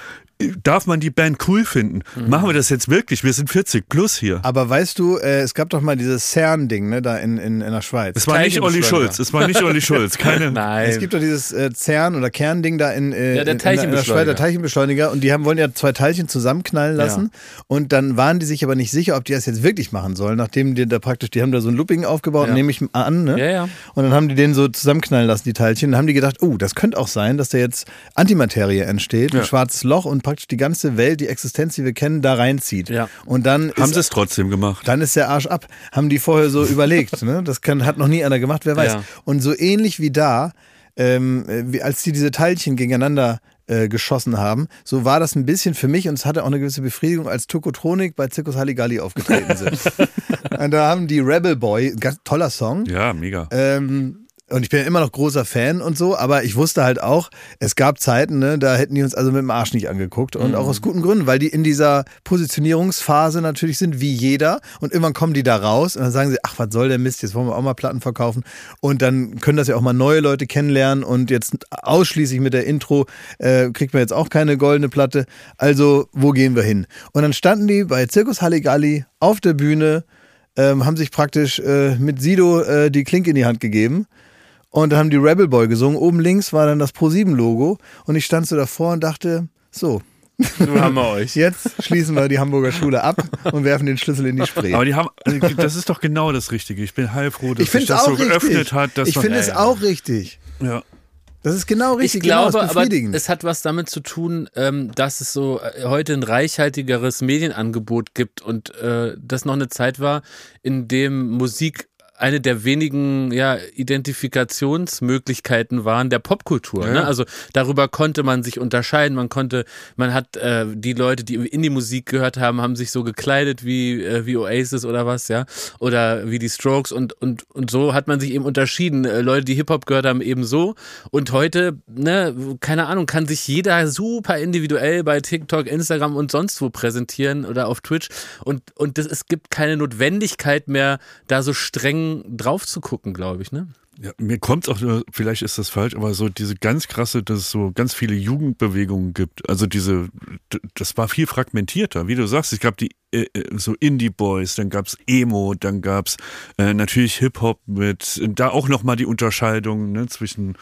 S2: Darf man die Band cool finden? Machen wir das jetzt wirklich? Wir sind 40 plus hier.
S1: Mhm. Aber weißt du, äh, es gab doch mal dieses CERN-Ding ne, da in, in, in der Schweiz.
S2: Es war nicht Olli
S3: Teilchenbeschleuniger.
S2: Schulz, es war nicht Olli Schulz, keine.
S3: Nein.
S1: Es gibt doch dieses äh, CERN oder Kernding da in, äh,
S3: Ja, der
S1: in- in, in der
S3: Teilchenbeschleuniger.
S1: Schweiz, der Teilchenbeschleuniger. Und die haben, wollen ja zwei Teilchen zusammenknallen lassen. Und dann waren die sich aber nicht sicher, ob die das jetzt wirklich machen sollen, nachdem die da praktisch, die haben da so ein Looping aufgebaut,
S3: Ja.
S1: nehme ich an. Ne?
S3: Ja, ja.
S1: Und dann haben die den so zusammenknallen lassen, die Teilchen. Dann haben die gedacht, oh, das könnte auch sein, dass da jetzt Antimaterie entsteht, ein schwarzes Loch und praktisch die ganze Welt, die Existenz, die wir kennen, da reinzieht.
S3: Ja.
S1: Und dann
S2: Haben
S1: ist
S2: sie es trotzdem gemacht.
S1: dann ist der Arsch ab. Haben die vorher so überlegt. Ne? Das kann, hat noch nie einer gemacht, wer weiß.
S3: Ja.
S1: Und so ähnlich wie da, ähm, äh, wie, als die diese Teilchen gegeneinander äh, geschossen haben, so war das ein bisschen für mich und es hatte auch eine gewisse Befriedigung, als Tokotronik bei Zirkus Halligalli aufgetreten sind. und da haben die Rebel Boy, ganz toller Song,
S2: Ja, mega.
S1: ähm, und ich bin ja immer noch großer Fan und so, aber ich wusste halt auch, es gab Zeiten, ne, da hätten die uns also mit dem Arsch nicht angeguckt. Und auch aus guten Gründen, weil die in dieser Positionierungsphase natürlich sind, wie jeder. Und irgendwann kommen die da raus und dann sagen sie, ach, was soll der Mist, jetzt wollen wir auch mal Platten verkaufen. Und dann können das ja auch mal neue Leute kennenlernen. Und jetzt ausschließlich mit der Intro äh, kriegt man jetzt auch keine goldene Platte. Also, wo gehen wir hin? Und dann standen die bei Zirkus Halligalli auf der Bühne ähm, haben sich praktisch äh, mit Sido äh, die Klinke in die Hand gegeben. Und dann haben die Rebel Boy gesungen. Oben links war dann das Pro7-Logo. Und ich stand so davor und dachte, so,
S3: Nun haben wir euch.
S1: jetzt schließen wir die Hamburger Schule ab und werfen den Schlüssel in die Spree.
S2: Aber die haben, das ist doch genau das Richtige. Ich bin heilfroh, dass
S1: ich finde
S2: sich
S1: es
S2: das
S1: auch
S2: so
S1: richtig.
S2: geöffnet hat. Dass
S1: ich
S2: man-
S1: finde es
S2: ja,
S1: auch richtig.
S2: Ja.
S1: Das ist genau
S3: Ich
S1: richtig.
S3: glaube,
S1: genau, ist
S3: aber
S1: befriedigend.
S3: es hat was damit zu tun, ähm, dass es so äh, heute ein reichhaltigeres Medienangebot gibt und äh, das noch eine Zeit war, in dem Musik eine der wenigen ja, Identifikationsmöglichkeiten waren der Popkultur. Ne? Also darüber konnte man sich unterscheiden. Man konnte, man hat äh, die Leute, die Indie-Musik gehört haben, haben sich so gekleidet wie, äh, wie Oasis oder was, ja, oder wie die Strokes und und und so hat man sich eben unterschieden. Äh, Leute, die Hip Hop gehört haben, eben so. Und heute, ne, keine Ahnung, kann sich jeder super individuell bei TikTok, Instagram und sonst wo präsentieren oder auf Twitch. Und und das, es gibt keine Notwendigkeit mehr, da so streng drauf zu gucken, glaube ich, ne?
S2: Ja, mir kommt auch, nur- vielleicht ist das falsch, aber so diese ganz krasse, dass es so ganz viele Jugendbewegungen gibt. Also diese, d- das war viel fragmentierter, wie du sagst. Es gab die äh, äh, so Indie Boys, dann gab's Emo, dann gab's äh, natürlich Hip Hop mit, da auch nochmal die Unterscheidung ne, zwischen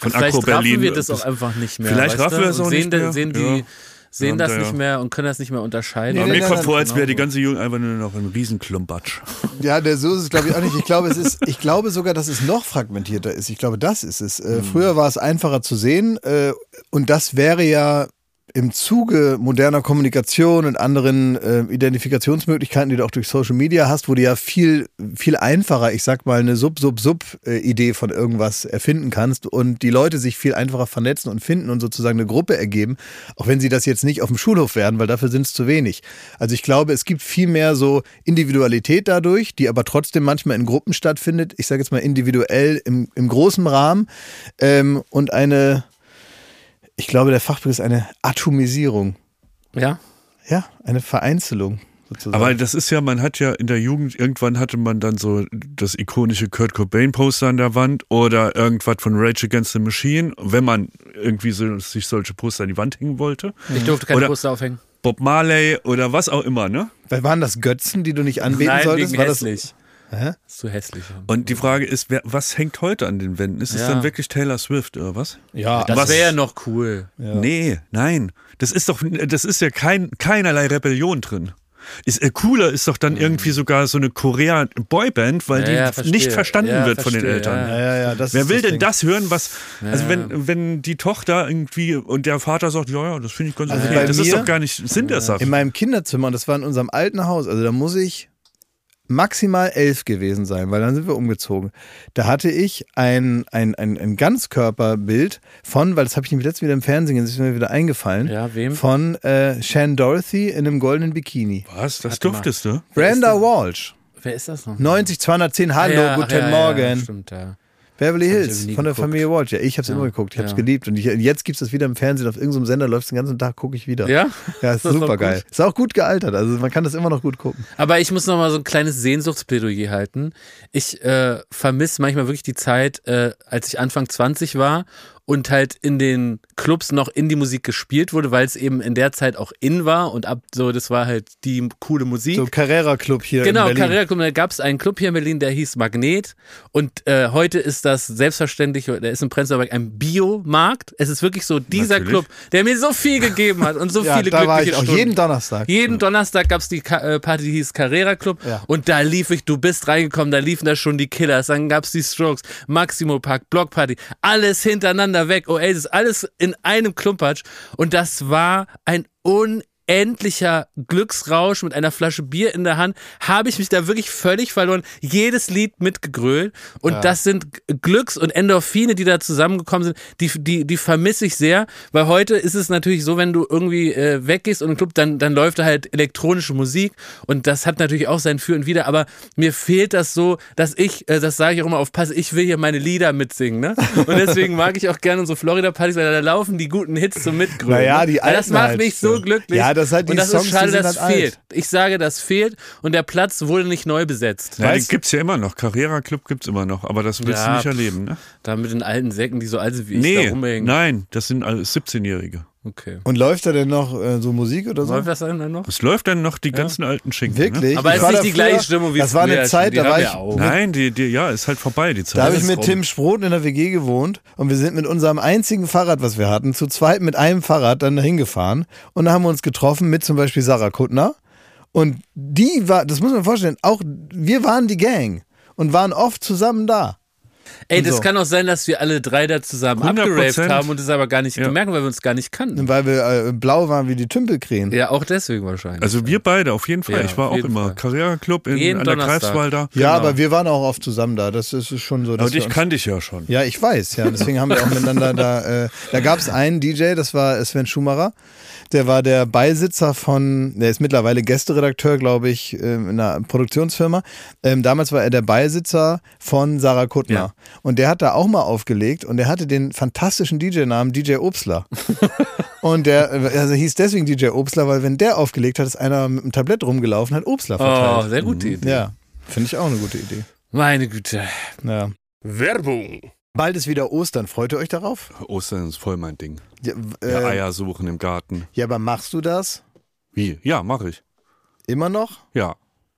S2: von
S3: Vielleicht
S2: Akro Berlin.
S3: raffen wir das
S2: bis-
S3: auch einfach nicht mehr.
S2: Vielleicht
S3: weißt
S2: raffen
S3: du?
S2: wir es
S3: Und
S2: auch
S3: sehen,
S2: nicht mehr.
S3: Sehen die,
S2: Ja.
S3: sehen
S2: Ja,
S3: das
S2: ja.
S3: nicht mehr und können das nicht mehr unterscheiden.
S2: aber
S1: Nee,
S2: mir
S1: nein,
S2: kommt
S1: nein,
S2: vor, als
S1: genau
S2: wäre die
S1: so.
S2: ganze Jugend einfach nur noch ein Riesenklumpatsch.
S1: Ja, der, so ist es glaube ich auch nicht. Ich glaube, es ist, ich glaube sogar, dass es noch fragmentierter ist. Ich glaube, das ist es. Äh, Früher war es einfacher zu sehen äh, und das wäre ja im Zuge moderner Kommunikation und anderen äh, Identifikationsmöglichkeiten, die du auch durch Social Media hast, wurde ja viel viel einfacher, ich sag mal, eine Sub-Sub-Sub-Idee von irgendwas erfinden kannst und die Leute sich viel einfacher vernetzen und finden und sozusagen eine Gruppe ergeben, auch wenn sie das jetzt nicht auf dem Schulhof werden, weil dafür sind es zu wenig. Also ich glaube, es gibt viel mehr so Individualität dadurch, die aber trotzdem manchmal in Gruppen stattfindet. Ich sage jetzt mal individuell im, im großen Rahmen ähm, und eine, ich glaube, der Fachbegriff ist eine Atomisierung.
S3: Ja.
S1: Ja, eine Vereinzelung sozusagen.
S2: Aber das ist ja, man hat ja in der Jugend, irgendwann hatte man dann so das ikonische Kurt Cobain-Poster an der Wand oder irgendwas von Rage Against the Machine, wenn man irgendwie so, sich solche Poster an die Wand hängen wollte.
S3: Ich durfte keine
S2: Oder-
S3: Poster aufhängen.
S2: Bob Marley oder was auch immer, ne?
S1: Weil waren das Götzen, die du nicht anbeten
S3: Nein,
S1: solltest?
S3: wegen
S1: War das-
S3: hässlich. Ist zu hässlich.
S2: Und die Frage ist, wer, was hängt heute an den Wänden? Ist es
S3: Ja.
S2: dann wirklich Taylor Swift oder was?
S1: Ja,
S3: Das
S2: was-
S3: wäre ja noch cool.
S2: Nee, nein. Das ist doch, das ist ja kein, keinerlei Rebellion drin. Ist, äh, cooler ist doch dann irgendwie sogar so eine Korea-Boyband, weil
S3: Mhm. Ja,
S2: die
S3: ja, verstehe.
S2: nicht verstanden
S3: Ja,
S2: wird von den
S3: verstehe,
S2: Eltern.
S3: ja.
S1: ja, ja, ja, das
S2: Wer
S1: ist
S2: will
S1: das
S2: denn
S1: Ding.
S2: das hören, was. Also, wenn, wenn die Tochter irgendwie und der Vater sagt, ja, ja, das finde ich ganz
S1: Also
S2: okay,
S1: bei
S2: das ist
S1: mir-
S2: doch gar nicht Sinn der Sache.
S1: In meinem Kinderzimmer, und das war in unserem alten Haus, also da muss ich maximal elf gewesen sein, weil dann sind wir umgezogen. Da hatte ich ein, ein, ein, ein Ganzkörperbild von, weil das habe ich nämlich letztens wieder im Fernsehen gesehen, das ist mir wieder eingefallen,
S3: Ja, wem?
S1: von äh, Shan Dorothy in einem goldenen Bikini.
S2: Was? Das durftest du?
S1: Brenda Walsh,
S3: Wer ist das noch? Ah
S1: 90 210, hallo,
S3: ja,
S1: guten
S3: ja, Ja,
S1: Morgen.
S3: stimmt, ja.
S1: Beverly
S3: hab ich
S1: Hills,
S3: irgendwie nie
S1: von der
S3: geguckt.
S1: Familie Walsh. Ja, ich habe es immer geguckt, ich habe es
S3: ja. geliebt.
S1: geliebt und ich, jetzt gibt es das wieder im Fernsehen, auf irgendeinem Sender läuft den ganzen Tag, gucke ich wieder.
S3: Ja?
S1: Ja, ist,
S3: Das ist doch
S1: super geil. Ist auch gut gealtert, also man kann das immer noch gut gucken.
S3: Aber ich muss noch mal so ein kleines Sehnsuchtsplädoyer halten. Ich äh, vermisse manchmal wirklich die Zeit, äh, als ich Anfang 20 war und halt in den Clubs noch Indie-Musik gespielt wurde, weil es eben in der Zeit auch in war und ab so, das war halt die coole Musik.
S1: So Carrera Club hier
S3: Genau,
S1: in Berlin.
S3: Karriereclub. Da gab es einen Club hier in Berlin, der hieß Magnet. Und äh, heute ist das selbstverständlich, der ist in Prenzlauer Berg ein Biomarkt. Es ist wirklich so dieser
S2: Natürlich.
S3: Club, der mir so viel gegeben hat und so
S1: ja,
S3: viele
S1: da
S3: glückliche
S1: war ich auch
S3: Stunden.
S1: jeden Donnerstag.
S3: Jeden Donnerstag gab es die Ka äh, Party, die hieß Carrera Club.
S1: Ja.
S3: Und da lief ich, du bist reingekommen, da liefen da schon die Killers, dann gab es die Strokes, Maximo Park, Block Party, alles hintereinander weg, Oasis, alles in einem Klumpatsch. Und das war ein unendlicher Glücksrausch mit einer Flasche Bier in der Hand, habe ich mich da wirklich völlig verloren, jedes Lied mitgegrölt und das sind Glücks- und Endorphine, die da zusammengekommen sind, die, die, die vermisse ich sehr, weil heute ist es natürlich so, wenn du irgendwie äh, weggehst und einen Club, dann, dann läuft da halt elektronische Musik und das hat natürlich auch sein Für und Wider, aber mir fehlt das so, dass ich, äh, das sage ich auch immer auf Pass, ich will hier meine Lieder mitsingen, ne? Und deswegen mag ich auch gerne unsere Florida-Partys, weil da laufen die guten Hits zum Mitgrölen.
S1: Naja,
S3: ne?
S1: die
S3: Weil Das
S1: alten
S3: macht
S1: halt,
S3: mich so
S1: ja.
S3: glücklich.
S1: Ja, das halt die
S3: und das
S1: Songs, die
S3: ist schade,
S1: sind
S3: dass
S1: halt
S3: es fehlt.
S1: alt.
S3: Ich sage, das fehlt und der Platz wurde nicht neu besetzt.
S2: Nein, den
S1: Weißt du-
S2: gibt es ja immer noch. Carrera Club gibt es immer noch, aber das willst
S3: Ja,
S2: du nicht
S3: pff,
S2: erleben, ne?
S3: Da mit den alten Säcken, die so alt sind wie ich, da
S2: Nee,
S3: rumhängen.
S2: nein, das sind alles 17-Jährige.
S3: Okay.
S1: Und läuft da denn noch äh, so Musik oder so?
S3: Läuft das denn dann noch?
S2: Es läuft dann noch die ganzen alten Schinken.
S1: Wirklich?
S2: Ne?
S3: Aber
S1: Ich
S3: es
S1: war
S3: ist nicht
S1: da
S3: die
S1: früher-
S3: gleiche Stimmung wie
S1: Das war
S3: früher.
S1: eine Zeit,
S3: Die
S1: da
S3: haben
S1: war
S3: ja
S1: ich
S3: auch.
S2: Nein, die, die, ja, ist halt vorbei, die Zeit.
S1: Da habe
S3: Das
S1: ich
S3: ist
S1: mit
S3: rum.
S1: Tim Sproten in der WG gewohnt und wir sind mit unserem einzigen Fahrrad, was wir hatten, zu zweit mit einem Fahrrad dann dahin gefahren und da haben wir uns getroffen mit zum Beispiel Sarah Kuttner und die war, das muss man vorstellen, auch wir waren die Gang und waren oft zusammen da.
S3: Ey, das
S1: so.
S3: kann auch sein, dass wir alle drei da zusammen
S2: 100%.
S3: abgeraped haben und es aber gar nicht gemerkt, haben, weil wir uns gar nicht kannten.
S1: Weil wir äh, blau waren wie die Tümpelkrähen.
S3: Ja, auch deswegen wahrscheinlich.
S2: Also wir beide, auf jeden Fall.
S3: Ja,
S2: ich war
S3: auf
S2: auch
S3: jeden
S2: immer
S3: Fall.
S2: Karriereclub in,
S3: Jeden
S2: an der
S3: Donnerstag.
S2: Greifswalder.
S1: Ja,
S3: Genau.
S1: aber wir waren auch oft zusammen da. Das ist schon so. dass
S2: Und
S1: wir
S2: ich
S1: uns-
S2: kannte dich ja schon.
S1: Ja, ich weiß, ja. Deswegen haben wir auch miteinander da. Äh, da gab es einen DJ, das war Sven Schumacher. Der war der Beisitzer von, der ist mittlerweile Gästeredakteur, glaube ich, ähm, in einer Produktionsfirma. Ähm, damals war er der Beisitzer von Sarah Kuttner.
S3: Ja.
S1: Und der hat da auch mal aufgelegt und der hatte den fantastischen DJ-Namen DJ Obstler. und der äh, also hieß deswegen DJ Obstler, weil wenn der aufgelegt hat, ist einer mit einem Tablett rumgelaufen, hat Obstler
S3: oh,
S1: verteilt. Mhm.
S3: sehr gut die Idee.
S1: Ja, finde ich auch eine gute Idee.
S3: Meine Güte.
S1: Ja.
S4: Werbung.
S1: Bald ist wieder Ostern. Freut ihr euch darauf?
S2: Ostern ist voll mein Ding.
S1: Ja,
S2: Ja,
S1: äh,
S2: Eier suchen im Garten.
S1: Ja, aber machst du das
S2: Wie? Ja, mache ich.
S1: immer noch?
S2: Ja.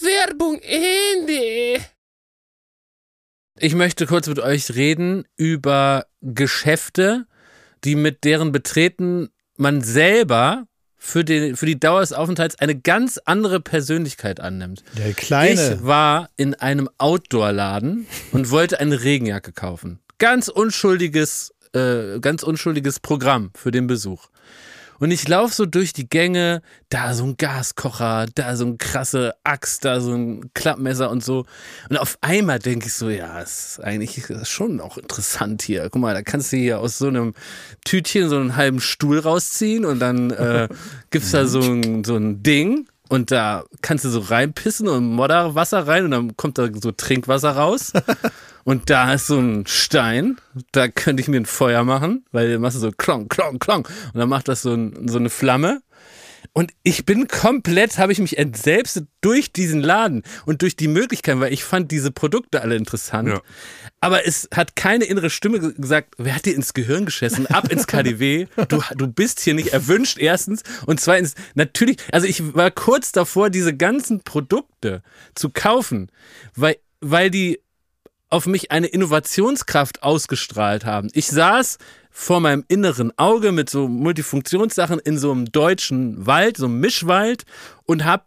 S4: Werbung Ende.
S3: Ich möchte kurz mit euch reden über Geschäfte, die mit deren Betreten man selber für, den, für die Dauer des Aufenthalts eine ganz andere Persönlichkeit annimmt.
S1: Der
S3: Ich war in einem Outdoor-Laden und wollte eine Regenjacke kaufen. Ganz unschuldiges, äh, ganz unschuldiges Programm für den Besuch. Und ich laufe so durch die Gänge, da so ein Gaskocher, da so ein krasse Axt, da so ein Klappmesser und so. Und auf einmal denke ich so, ja, ist eigentlich schon auch interessant hier. Guck mal, da kannst du hier aus so einem Tütchen so einen halben Stuhl rausziehen und dann äh, gibt's da so ein, so ein Ding und da kannst du so reinpissen und Modderwasser rein und dann kommt da so Trinkwasser raus. Und da ist so ein Stein, da könnte ich mir ein Feuer machen, weil dann machst du so klong, klong, klong. Und dann macht das so, ein, so eine Flamme. Und ich bin komplett, habe ich mich entselbstet durch diesen Laden und durch die Möglichkeiten, weil ich fand diese Produkte alle interessant.
S2: Ja.
S3: Aber es hat keine innere Stimme ge- gesagt, wer hat dir ins Gehirn geschissen? Ab ins KDW. Du, du bist hier nicht erwünscht, erstens. Und zweitens, natürlich, also ich war kurz davor, diese ganzen Produkte zu kaufen, weil, weil die auf mich eine Innovationskraft ausgestrahlt haben. Ich saß vor meinem inneren Auge mit so Multifunktionssachen in so einem deutschen Wald, so einem Mischwald und habe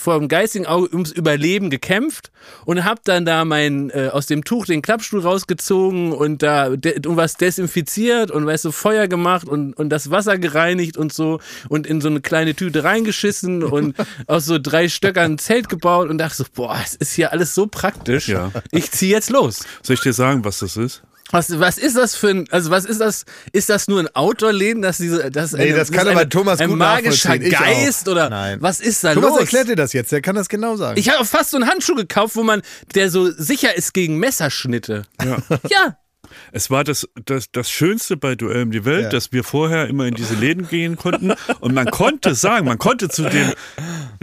S3: vor dem geistigen Auge ums Überleben gekämpft und habe dann da mein äh, aus dem Tuch den Klappstuhl rausgezogen und da de und was desinfiziert und weißt du Feuer gemacht und und das Wasser gereinigt und so und in so eine kleine Tüte reingeschissen und aus so drei Stöckern ein Zelt gebaut und dachte so boah es ist hier alles so praktisch
S2: Ja.
S3: ich zieh jetzt los
S2: Soll ich dir sagen, was das ist?
S3: was was ist das für ein also was ist das ist das nur ein Outdoor-Leben dass diese dass
S1: Nee, das kann
S3: dass
S1: aber Thomas
S3: ein
S1: gut
S3: magischer
S1: nachvollziehen. Ich auch.
S3: Geist oder
S1: Nein.
S3: was ist da
S1: Thomas
S3: los
S1: erklärt dir das jetzt, der kann das genau sagen.
S3: ich habe fast so einen Handschuh gekauft, wo man, der so sicher ist gegen Messerschnitte. Ja.
S2: Es war das, das, das Schönste bei Duell um die Welt,
S1: Ja.
S2: dass wir vorher immer in diese Läden gehen konnten und man konnte sagen, man konnte zu dem,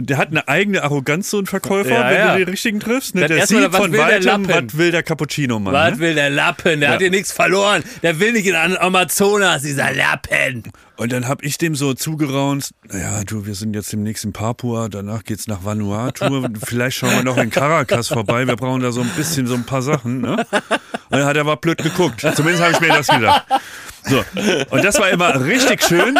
S2: der hat eine eigene Arroganz, so ein Verkäufer,
S3: Ja,
S2: wenn
S3: ja.
S2: du den richtigen triffst. Ne?
S3: Dann
S2: Der
S3: erst mal,
S2: sieht
S3: was
S2: von
S3: will der
S2: weitem,
S3: Lappen?
S2: was will der Cappuccino-Mann.
S3: Was
S2: Ne?
S3: will der Lappen? Der hat hier nichts verloren. Der will nicht in den Amazonas, dieser Lappen.
S2: Und dann hab ich dem so zugeraunt, naja, du, wir sind jetzt demnächst in Papua, danach geht's nach Vanuatu, vielleicht schauen wir noch in Caracas vorbei, wir brauchen da so ein bisschen so ein paar Sachen. Ne? Und dann hat er aber blöd geguckt. Zumindest habe ich mir das gedacht. So. Und das war immer richtig schön,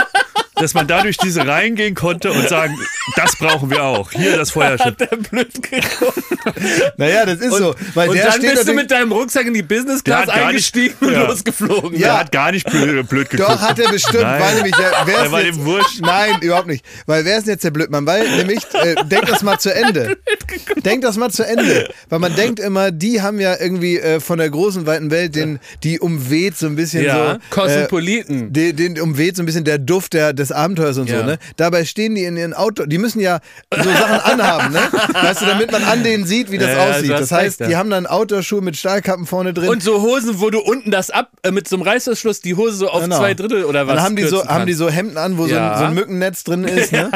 S2: dass man dadurch diese reingehen konnte und sagen, das brauchen wir auch. Hier das Feuerschiff.
S3: Der blöd geguckt.
S1: naja, das ist so. Also, Weil
S3: Und
S1: der
S3: dann
S1: steht
S3: bist du
S1: natürlich-
S3: mit deinem Rucksack in die Business Class
S2: Der hat gar
S3: eingestiegen
S2: nicht-
S3: und
S2: Ja.
S3: losgeflogen.
S2: Der
S1: Ja.
S2: hat gar nicht blöd, blöd geguckt.
S1: Doch, hat er bestimmt,
S2: Nein.
S1: weil nämlich, der, wer
S2: Der
S1: ist
S2: war
S1: jetzt,
S2: dem wurscht.
S1: Nein, überhaupt nicht. Weil wer ist denn jetzt der Blödmann? Weil nämlich, äh, denk das mal zu Ende. Denk das mal zu Ende. Weil man denkt immer, die haben ja irgendwie äh, von der großen, weiten Welt, den, die umweht so ein bisschen
S3: Ja,
S1: so. Äh,
S3: Kosmopoliten.
S1: den, den umweht so ein bisschen der Duft der, des Abenteuers und
S3: Ja.
S1: so, ne? Dabei stehen die in ihren Auto, die müssen ja so Sachen anhaben, ne? Weißt du, damit man an denen sieht, wie das
S3: Ja, ja,
S1: aussieht.
S3: du hast
S1: Das heißt,
S3: recht, ja.
S1: die haben dann Outdoor-Schuhe mit Stahlkappen vorne drin.
S3: und so Hosen, wo du unten das ab, äh, mit so einem Reißverschluss die Hose so auf
S1: Genau.
S3: zwei Drittel oder was.
S1: Dann haben die,
S3: kürzen
S1: so, haben die
S3: kannst.
S1: so Hemden an, wo so,
S3: Ja. genau.
S1: ein, so ein Mückennetz drin ist. Ne?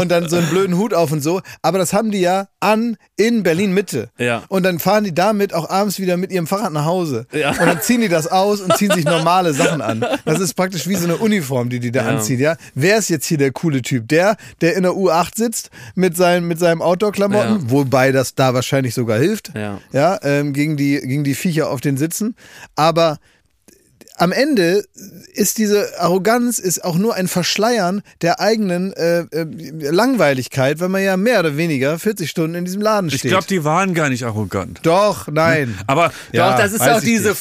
S1: Und dann so einen blöden Hut auf und so. Aber das haben die ja an in Berlin-Mitte.
S3: Ja.
S1: Und dann fahren die damit auch abends wieder mit ihrem Fahrrad nach Hause.
S3: Ja.
S1: Und dann ziehen die das aus und ziehen sich normale Sachen an. Das ist praktisch wie so eine Uniform, die die da anziehen. Ja? Wer ist jetzt hier der coole Typ? Der, der in der U8 sitzt mit, seinen, mit seinem Outdoor-Klamotten,
S3: Ja.
S1: wobei das da wahrscheinlich sogar hilft.
S3: Ja.
S1: Ja, ähm, gegen, die, gegen die Viecher auf den Sitzen. Aber am Ende ist diese Arroganz ist auch nur ein Verschleiern der eigenen äh, äh, Langweiligkeit, weil man ja mehr oder weniger 40 Stunden in diesem Laden
S2: Ich
S1: steht.
S2: glaube, die waren gar nicht arrogant.
S1: Doch,
S3: Hm,
S1: nein.
S2: Aber
S1: Ja,
S3: Doch, das ist
S1: weiß
S3: auch
S1: ich
S3: diese
S1: nicht.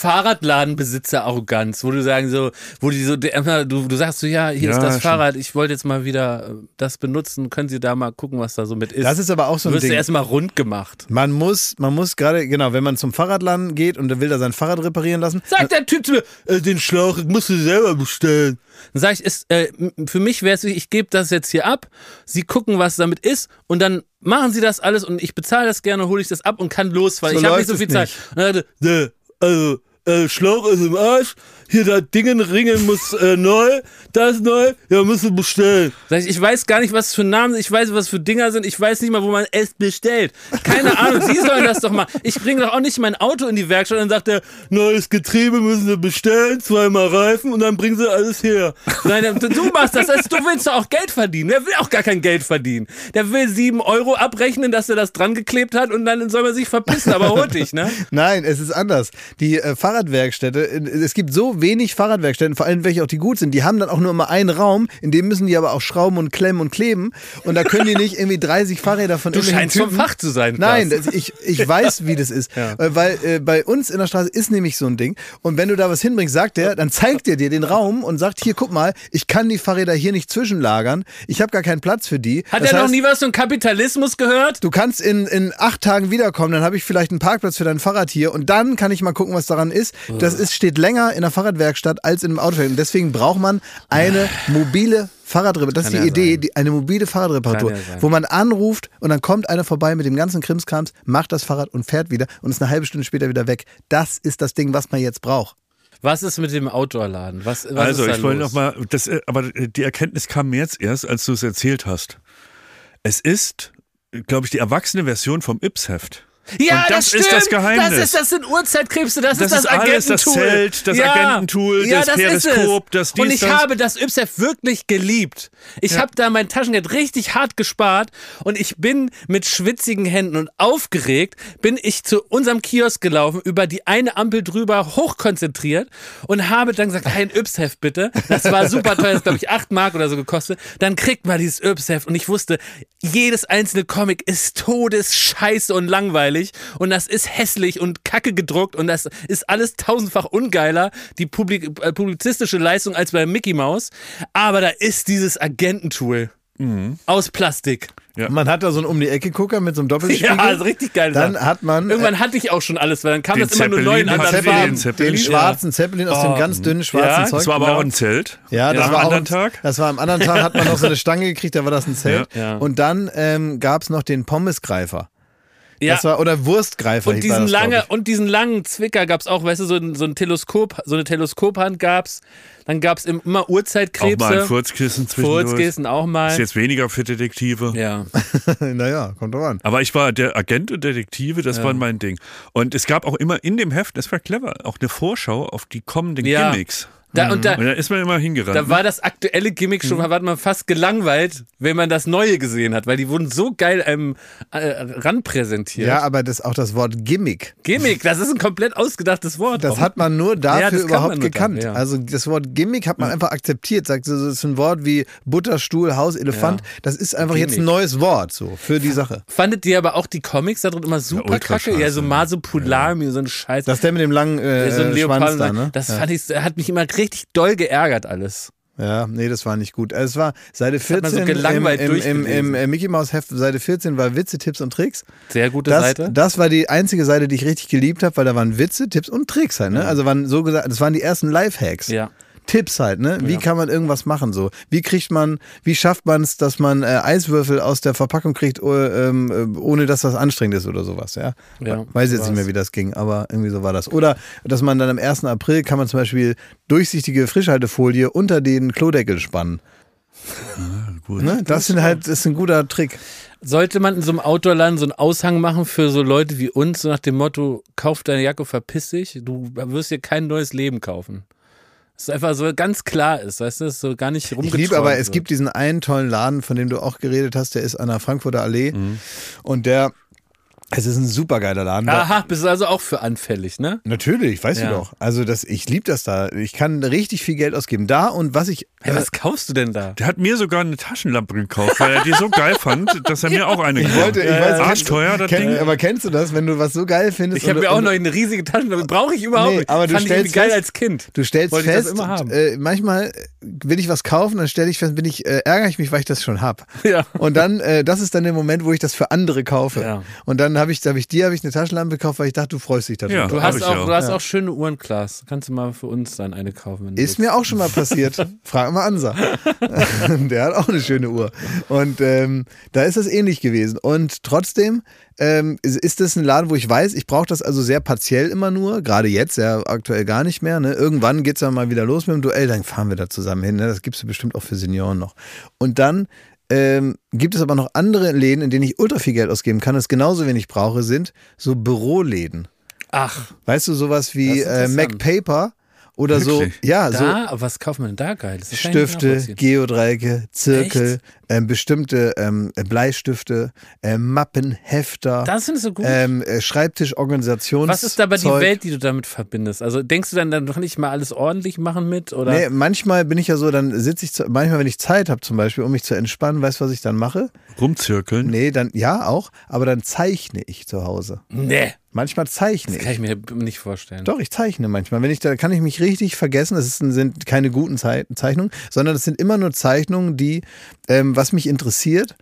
S3: Fahrradladenbesitzer-Arroganz, wo du sagen so, wo die so, der- du, du sagst so, ja, hier
S2: Ja,
S3: ist das
S2: schon.
S3: Fahrrad, ich wollte jetzt mal wieder äh, das benutzen, können Sie da mal gucken, was da so mit ist.
S1: Das ist aber auch so ein
S3: Wirst
S1: Ding.
S3: du erstmal rund gemacht.
S1: Man muss, man muss gerade, genau, wenn man zum Fahrradladen geht und will da sein Fahrrad reparieren lassen,
S3: Sagt der Typ zu mir, äh, den Schlauch musst du selber bestellen. Dann sag ich, ist, äh, m- für mich wäre es wichtig, ich gebe das jetzt hier ab, Sie gucken, was damit ist und dann machen Sie das alles und ich bezahle das gerne, hole ich das ab und kann los, weil
S1: So
S3: ich habe
S1: läuft
S3: nicht so
S1: es
S3: viel Zeit.
S1: nicht.
S3: Und dann, hat er, "Ne, also, äh, Schlauch ist im Arsch, hier da Dingen ringen muss äh, neu, das neu, ja, musst du bestellen. Sag ich, ich weiß gar nicht, was für Namen sind, ich weiß, was für Dinger sind, ich weiß nicht mal, wo man es bestellt. Keine Ahnung, Sie sollen das doch mal. Ich bringe doch auch nicht mein Auto in die Werkstatt und dann sagt er, neues Getriebe müssen Sie bestellen, zweimal Reifen und dann bringen Sie alles her. Nein, dann- du machst das, also, du willst doch auch Geld verdienen. Der will auch gar kein Geld verdienen. Der will sieben Euro abrechnen, dass er das dran geklebt hat und dann soll man sich verpissen, aber holt dich, ne?
S1: Nein, es ist anders. Die äh, Fahrradwerkstätte, äh, es gibt so wenig Fahrradwerkstätten, vor allem welche auch die gut sind, die haben dann auch nur immer einen Raum, in dem müssen die aber auch schrauben und klemmen und kleben und da können die nicht irgendwie 30 Fahrräder von
S3: Du
S1: irgendwelchen
S3: scheinst vom
S1: Typen
S3: Fach zu sein. Klaas.
S1: Nein, das, ich, ich weiß, wie das ist. Äh, Weil äh, bei uns in der Straße ist nämlich so ein Ding. Und wenn du da was hinbringst, sagt der, dann zeigt er dir den Raum und sagt, hier, guck mal, ich kann die Fahrräder hier nicht zwischenlagern. Ich habe gar keinen Platz für die.
S3: Hat
S1: das
S3: er noch
S1: heißt,
S3: nie was von Kapitalismus gehört?
S1: Du kannst in, in acht Tagen wiederkommen, dann habe ich vielleicht einen Parkplatz für dein Fahrrad hier und dann kann ich mal gucken, was daran ist. Das ist, steht länger in der Fahrradwerkstatt als in einem Autowerk. Und deswegen braucht man eine mobile Fahrradreparatur. Das ist die
S3: Ah. ja
S1: Idee,
S3: sein.
S1: die, eine mobile Fahrradreparatur,
S3: Kann ja sein.
S1: wo man anruft und dann kommt einer vorbei mit dem ganzen Krimskrams, macht das Fahrrad und fährt wieder und ist eine halbe Stunde später wieder weg. Das ist das Ding, was man jetzt braucht.
S3: Was ist mit dem Outdoor-Laden? Was, was
S2: also,
S3: ist da
S2: ich wollte
S3: los?
S2: nochmal, äh, aber die Erkenntnis kam mir jetzt erst, als du es erzählt hast. Es ist, glaube ich, die erwachsene Version vom Ips-Heft.
S3: Ja,
S2: Und das
S3: stimmt.
S2: ist das Geheimnis.
S3: Das, ist, das sind Uhrzeitkrebse, das,
S2: Das
S3: ist das
S2: ist alles, das
S3: Agententool.
S2: Zelt, das Agententool, das
S3: ist es.
S2: Periskop, das dies,
S3: Und ich
S2: das.
S3: habe das Ypsef wirklich geliebt. Ich habe da mein Taschengeld richtig hart gespart und ich bin mit schwitzigen Händen und aufgeregt, bin ich zu unserem Kiosk gelaufen, über die eine Ampel drüber, hochkonzentriert und habe dann gesagt, ein Ypsef bitte. Das war super teuer, das glaube ich 8 Mark oder so gekostet. Dann kriegt man dieses Ypsef und ich wusste, jedes einzelne Comic ist todesscheiße und langweilig und das ist hässlich und kacke gedruckt und das ist alles tausendfach ungeiler, die Publik äh, publizistische Leistung als bei Mickey Mouse. Aber da ist dieses Agententool aus Plastik.
S1: Man hat da so einen um die Ecke Gucker mit so einem Doppelspiegel.
S3: Ja, also richtig geil.
S1: Dann
S3: Sache.
S1: hat man, äh,
S3: Irgendwann hatte ich auch schon alles, weil dann kam
S2: den
S3: das immer nur neu in
S2: Zeppelin, den
S1: Zeppelin,
S3: anderen Farben.
S2: Zeppelin, den Zeppelin.
S1: den schwarzen Zeppelin aus dem ganz dünnen schwarzen
S3: Ja,
S1: Zeug.
S2: Das war aber
S1: genau.
S2: auch ein Zelt.
S1: Ja, das
S2: Am
S1: war auch
S2: anderen
S1: ein,
S2: Tag.
S1: Das war am anderen Tag, hat man noch so eine Stange gekriegt, da war das ein Zelt.
S3: Ja.
S1: Und dann ähm, gab es noch den Pommesgreifer.
S3: Ja.
S1: Das war, oder Wurstgreifer.
S3: Und
S1: hieß
S3: diesen,
S1: das, glaub
S3: lange,
S1: ich.
S3: und diesen langen Zwicker gab es auch, weißt du, so ein, so ein Teleskop, so eine Teleskophand gab es. Dann gab es immer
S2: Auch
S3: Uhrzeitkrebse.
S2: mal ein Furzkissen zwischendurch.
S3: Furzkissen auch mal.
S2: Ist jetzt weniger für Detektive.
S3: Ja.
S1: naja, kommt drauf an.
S2: Aber ich war der Agent und Detektive, das war mein Ding. Und es gab auch immer in dem Heft, das war clever, auch eine Vorschau auf die kommenden
S3: Ja.
S2: Gimmicks.
S3: Da, und da,
S2: Und da ist man immer hingerannt.
S3: da war das aktuelle Gimmick schon, war man fast gelangweilt, wenn man das Neue gesehen hat, weil die wurden so geil einem äh, ran präsentiert.
S1: Ja, aber das, auch das Wort Gimmick,
S3: Gimmick, das ist ein komplett ausgedachtes Wort.
S1: das hat man nur dafür
S3: Ja, das kann
S1: überhaupt
S3: man nur
S1: gekannt.
S3: dann, ja.
S1: Also das Wort Gimmick hat man einfach akzeptiert. Sagt so, das ist ein Wort wie Butterstuhl, Haus, Elefant.
S3: Ja.
S1: Das ist einfach jetzt ein
S3: Gimmick.
S1: neues Wort so für die Sache.
S3: Fandet ihr aber auch die Comics da drin immer super
S2: ultra
S3: kacke? Ja, so
S2: scheiße.
S3: Masopulami, so ein Scheiß.
S1: Das ist der mit dem langen äh,
S3: so ein
S1: Schwanz da,
S3: Leoparden.
S1: ne?
S3: Das fand ich, hat mich immer richtig doll geärgert alles.
S1: Ja, nee, das war nicht gut. Also es war Seite
S3: hat
S1: 14
S3: man so
S1: im,
S3: gelangweilt
S1: im, im, im,
S3: durchgelesen.
S1: äh, Mickey Mouse Heft, Seite 14 war Witze, Tipps und Tricks.
S3: Sehr gute
S1: Das,
S3: Seite.
S1: das war die einzige Seite, die ich richtig geliebt habe, weil da waren Witze, Tipps und Tricks halt, ne? Also waren so gesagt, das waren die ersten Lifehacks.
S3: Ja.
S1: Tipps halt, ne? Wie kann man irgendwas machen so? Wie kriegt man, wie schafft man es, dass man äh, Eiswürfel aus der Verpackung kriegt, oh, ähm, äh, ohne dass das anstrengend ist oder sowas, ja?
S3: Ja,
S1: Weiß jetzt
S3: sowas.
S1: nicht mehr, wie das ging, aber irgendwie so war das. Oder dass man dann am 1. April kann man zum Beispiel durchsichtige Frischhaltefolie unter den Klodeckel spannen.
S2: gut.
S1: Ne? Das sind halt, das ist ein guter Trick.
S3: Sollte man in so einem Outdoor-Laden so einen Aushang machen für so Leute wie uns, so nach dem Motto, kauf deine Jacke, verpiss dich, du wirst dir kein neues Leben kaufen. Das ist einfach so ganz klar ist, weißt du, dass so gar nicht
S1: Ich
S3: rumgeträumt
S1: liebe aber, es
S3: wird.
S1: gibt diesen einen tollen Laden, von dem du auch geredet hast, der ist an der Frankfurter Allee und der, es ist ein supergeiler Laden. weil-
S3: Aha, bist du also auch für anfällig, ne?
S1: Natürlich, weißt
S3: Ja.
S1: du doch. Also das, ich liebe das da. Ich kann richtig viel Geld ausgeben. Da und was ich, äh,
S3: Hey, was kaufst du denn da?
S2: Der hat mir sogar eine Taschenlampe gekauft, weil er die so geil fand, dass er mir auch eine gekauft
S1: wollte- ich weiß,
S2: hat.
S1: kennst du-
S2: Arschteuer, das
S1: kenn,
S2: Ding.
S1: aber kennst du das, wenn du was so geil findest?
S3: Ich habe
S1: und-
S3: mir auch
S1: und-
S3: noch eine riesige Taschenlampe, brauche ich überhaupt
S1: Nee,
S3: nicht.
S1: aber du
S3: Fand ich irgendwie
S1: stellst
S3: geil
S1: fest-
S3: als Kind.
S1: Du stellst
S3: Wollte ich das
S1: fest,
S3: immer haben.
S1: Äh, manchmal will ich was kaufen, dann stelle ich fest, bin ich, äh, ärgere ich mich, weil ich das schon hab.
S3: Ja.
S1: Und dann, äh, das ist dann der Moment, wo ich das für andere kaufe.
S3: Ja.
S1: Und dann habe ich, hab ich dir hab ich eine Taschenlampe gekauft, weil ich dachte, du freust dich darüber.
S2: Ja.
S3: Du
S2: Hab
S3: hast
S2: ich
S3: auch,
S2: auch.
S3: du hast auch schöne Uhren, Klaas. Kannst du mal für uns dann eine kaufen? Wenn du
S1: Ist
S3: willst.
S1: mir auch schon mal passiert. Frag mal Ansa. Der hat auch eine schöne Uhr. Und ähm, da ist das ähnlich gewesen. Und trotzdem ähm, ist- ist das ein Laden, wo ich weiß, ich brauche das also sehr partiell immer nur. Gerade jetzt, ja, aktuell gar nicht mehr. Ne? Irgendwann geht es dann mal wieder los mit dem Duell. Dann fahren wir da zusammen hin. Ne? Das gibt es bestimmt auch für Senioren noch. Und dann. Ähm, gibt es aber noch andere Läden, in denen ich ultra viel Geld ausgeben kann, das genauso wenig brauche, sind so Büroläden.
S3: Ach,
S1: Weißt du, sowas
S3: Das
S1: wie
S3: ist
S1: äh, Mac
S3: interessant.
S1: Paper oder
S2: Wirklich?
S1: so. Ja, so,
S3: da, was kauft man denn da geil? Das kann ich nicht
S1: Stifte,
S3: nachvollziehen.
S1: Geodreiecke, Zirkel, ähm, bestimmte ähm, Bleistifte, ähm, Mappen, Hefter,
S3: Das findest du gut.
S1: ähm, äh, Schreibtischorganisations.
S3: Was ist aber die
S1: Zeug.
S3: Welt, die du damit verbindest? Also denkst du dann, dann kann ich mal alles ordentlich machen mit? Oder?
S1: Nee, manchmal bin ich ja so, dann sitze ich, zu, manchmal, wenn ich Zeit habe zum Beispiel, um mich zu entspannen, weißt du, was ich dann mache?
S2: Rumzirkeln.
S1: Nee, dann, ja, auch, aber dann zeichne ich zu Hause.
S3: Nee,
S1: Manchmal zeichne
S3: das kann
S1: ich.
S3: ich mir nicht vorstellen.
S1: Doch, ich zeichne manchmal. Wenn ich da kann ich mich richtig vergessen. Das ist, sind keine guten Zei- Zeichnungen, sondern es sind immer nur Zeichnungen, die, ähm, was mich interessiert,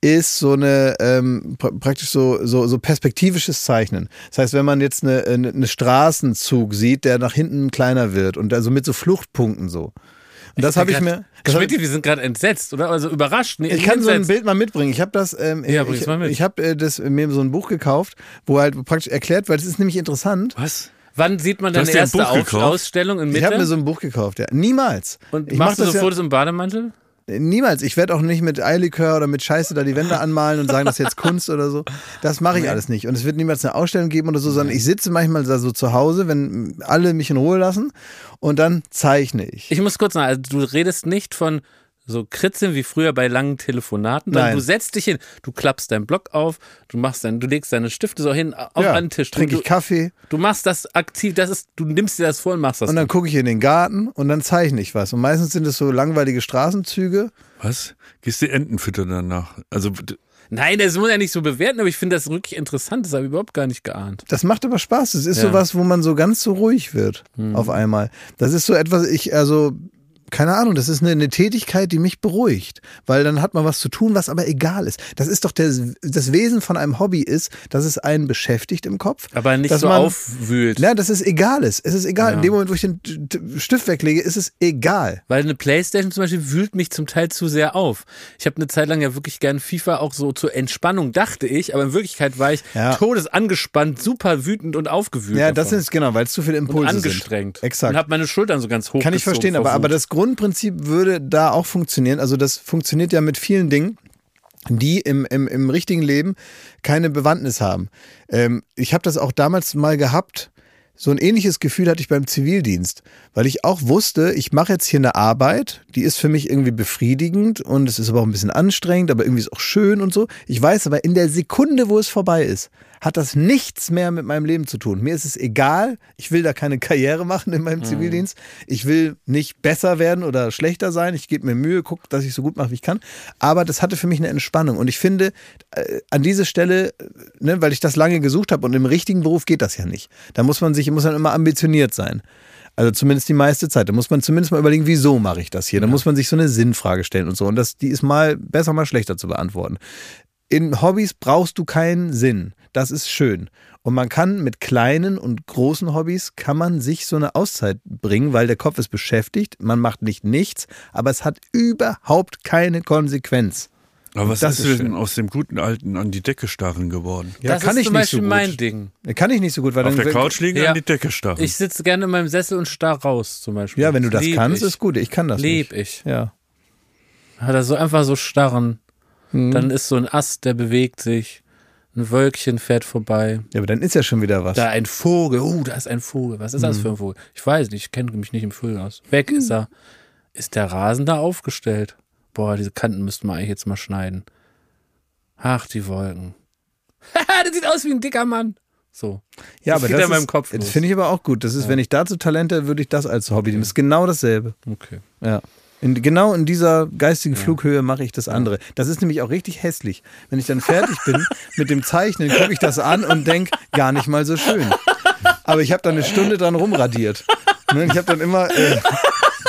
S1: ist so eine ähm, pra praktisch so, so so perspektivisches Zeichnen. Das heißt, wenn man jetzt eine, eine, eine Straßenzug sieht, der nach hinten kleiner wird und also mit so Fluchtpunkten so. Und das habe ich mir. Das hab,
S3: Schmidt, wir sind gerade entsetzt, oder? Also überrascht. Nee,
S1: ich kann so ein
S3: entsetzt.
S1: Bild mal mitbringen. Ich habe das, ähm,
S3: Ja,
S1: ich,
S3: bring's mal mit.
S1: ich habe äh, das mir so ein Buch gekauft, wo halt praktisch erklärt, weil das ist nämlich interessant.
S2: Was?
S3: Wann sieht man
S2: Du
S3: deine
S2: hast dir ein
S3: erste
S2: Buch
S3: Auf
S2: gekauft?
S3: Ausstellung in
S1: Ich habe mir
S3: Mitte?
S1: so ein Buch gekauft, ja. Niemals.
S3: Und
S1: ich
S3: machst du
S1: mach
S3: so
S1: das ja-
S3: Fotos im Bademantel?
S1: Niemals. Ich werde auch nicht mit Eilikör oder mit Scheiße da die Wände anmalen und sagen, das ist jetzt Kunst oder so. Das mache ich alles nicht. Und es wird niemals eine Ausstellung geben oder so, sondern ich sitze manchmal da so zu Hause, wenn alle mich in Ruhe lassen und dann zeichne ich.
S3: Ich muss kurz sagen, also du redest nicht von so Kritzeln wie früher bei langen Telefonaten, sondern
S1: Nein.
S3: du setzt dich hin, du klappst deinen Block auf, du machst dann, du legst deine Stifte so hin äh, auf
S1: Ja,
S3: einen Tisch.
S1: Trinke
S3: du,
S1: ich Kaffee
S3: du machst das aktiv, das ist, du nimmst dir das vor und machst das.
S1: und dann gucke ich in den Garten und dann zeichne ich was. Und meistens sind es so langweilige Straßenzüge.
S2: Was? Gehst du Enten füttern danach? Also, d-
S3: Nein, das muss ja nicht so bewerten, aber ich finde das wirklich interessant, das habe ich überhaupt gar nicht geahnt.
S1: Das macht aber Spaß. Das ist
S3: Ja. Hm.
S1: sowas, wo man so ganz so ruhig wird auf einmal. Das ist so etwas, ich, also, keine Ahnung, das ist eine, eine Tätigkeit, die mich beruhigt. Weil dann hat man was zu tun, was aber egal ist. Das ist doch der, das Wesen von einem Hobby ist, dass es einen beschäftigt im Kopf.
S3: Aber nicht
S1: dass
S3: so
S1: man- Ne?
S3: aufwühlt.
S1: Na, dass es egal ist. Es ist egal.
S3: Ja.
S1: In dem Moment, wo ich den T- T- Stift weglege, ist es egal.
S3: Weil eine Playstation zum Beispiel wühlt mich zum Teil zu sehr auf. Ich habe eine Zeit lang ja wirklich gern FIFA auch so zur Entspannung, dachte ich, aber in Wirklichkeit war ich
S1: Ja.
S3: todesangespannt, super wütend und aufgewühlt.
S1: Ja,
S3: davon.
S1: das ist genau, weil es zu viele
S3: und
S1: Impulse sind.
S3: angestrengt.
S1: Exakt.
S3: Und habe meine Schultern so ganz hoch.
S1: Kann ich verstehen, aber, aber das Grundprinzip würde da auch funktionieren. Also das funktioniert ja mit vielen Dingen, die im, im, im richtigen Leben keine Bewandtnis haben. Ähm, ich habe das auch damals mal gehabt. So ein ähnliches Gefühl hatte ich beim Zivildienst, weil ich auch wusste, ich mache jetzt hier eine Arbeit, die ist für mich irgendwie befriedigend und es ist aber auch ein bisschen anstrengend, aber irgendwie ist auch schön und so. Ich weiß aber in der Sekunde, wo es vorbei ist, hat das nichts mehr mit meinem Leben zu tun. Mir ist es egal, ich will da keine Karriere machen in meinem Zivildienst. Ich will nicht besser werden oder schlechter sein. Ich gebe mir Mühe, gucke, dass ich so gut mache, wie ich kann. Aber das hatte für mich eine Entspannung. Und ich finde, äh, an diese Stelle, äh, ne, weil ich das lange gesucht habe und im richtigen Beruf geht das ja nicht. Da muss man sich, muss man immer ambitioniert sein. Also zumindest die meiste Zeit. Da muss man zumindest mal überlegen, wieso mache ich das hier? Da muss man sich so eine Sinnfrage stellen und so. Und das, die ist mal besser, mal schlechter zu beantworten. In Hobbys brauchst du keinen Sinn. Das ist schön. Und man kann mit kleinen und großen Hobbys kann man sich so eine Auszeit bringen, weil der Kopf ist beschäftigt, man macht nicht nichts, aber es hat überhaupt keine Konsequenz.
S2: aber was
S1: Das
S2: ist,
S1: ist
S2: denn
S1: schön.
S2: aus dem guten Alten an die Decke starren geworden?
S1: Ja,
S3: das
S1: kann
S3: ist
S1: ich
S3: zum
S1: nicht
S3: Beispiel
S1: so gut.
S3: mein Ding.
S1: Kann ich nicht so gut, weil
S2: Auf
S1: dann
S2: der Couch liegen,
S3: Ja.
S2: an die Decke starren.
S3: Ich sitze gerne in meinem Sessel und starr raus, zum Beispiel.
S1: Ja, wenn du das
S3: Lieb
S1: kannst,
S3: ich.
S1: ist gut. Ich kann das
S3: Leb
S1: nicht.
S3: ich.
S1: Ja.
S3: Hat er so einfach so starren. Dann ist so ein Ast, der bewegt sich. Ein Wölkchen fährt vorbei.
S1: ja, aber dann ist ja schon wieder was.
S3: Da ein Vogel. Oh, da ist ein Vogel. Was ist das für ein Vogel? Ich weiß nicht, ich kenne mich nicht im Vögel aus. Weg ist er. Ist der Rasen da aufgestellt? Boah, diese Kanten müssten wir eigentlich jetzt mal schneiden. Ach, die Wolken. Haha, das sieht aus wie ein dicker Mann. So.
S1: ja,
S3: das geht ja in meinem Kopf
S1: das
S3: los.
S1: finde ich aber auch gut. Das ist, wenn ich dazu Talente hätte, würde ich das als Hobby nehmen. Das ist genau dasselbe.
S3: Okay.
S1: Ja. In, genau in dieser geistigen Flughöhe mache ich das andere. Das ist nämlich auch richtig hässlich. Wenn ich dann fertig bin mit dem Zeichnen, gucke ich das an und denke, gar nicht mal so schön. Aber ich habe dann eine Stunde dran rumradiert. Ne, und Ich habe dann immer. Äh,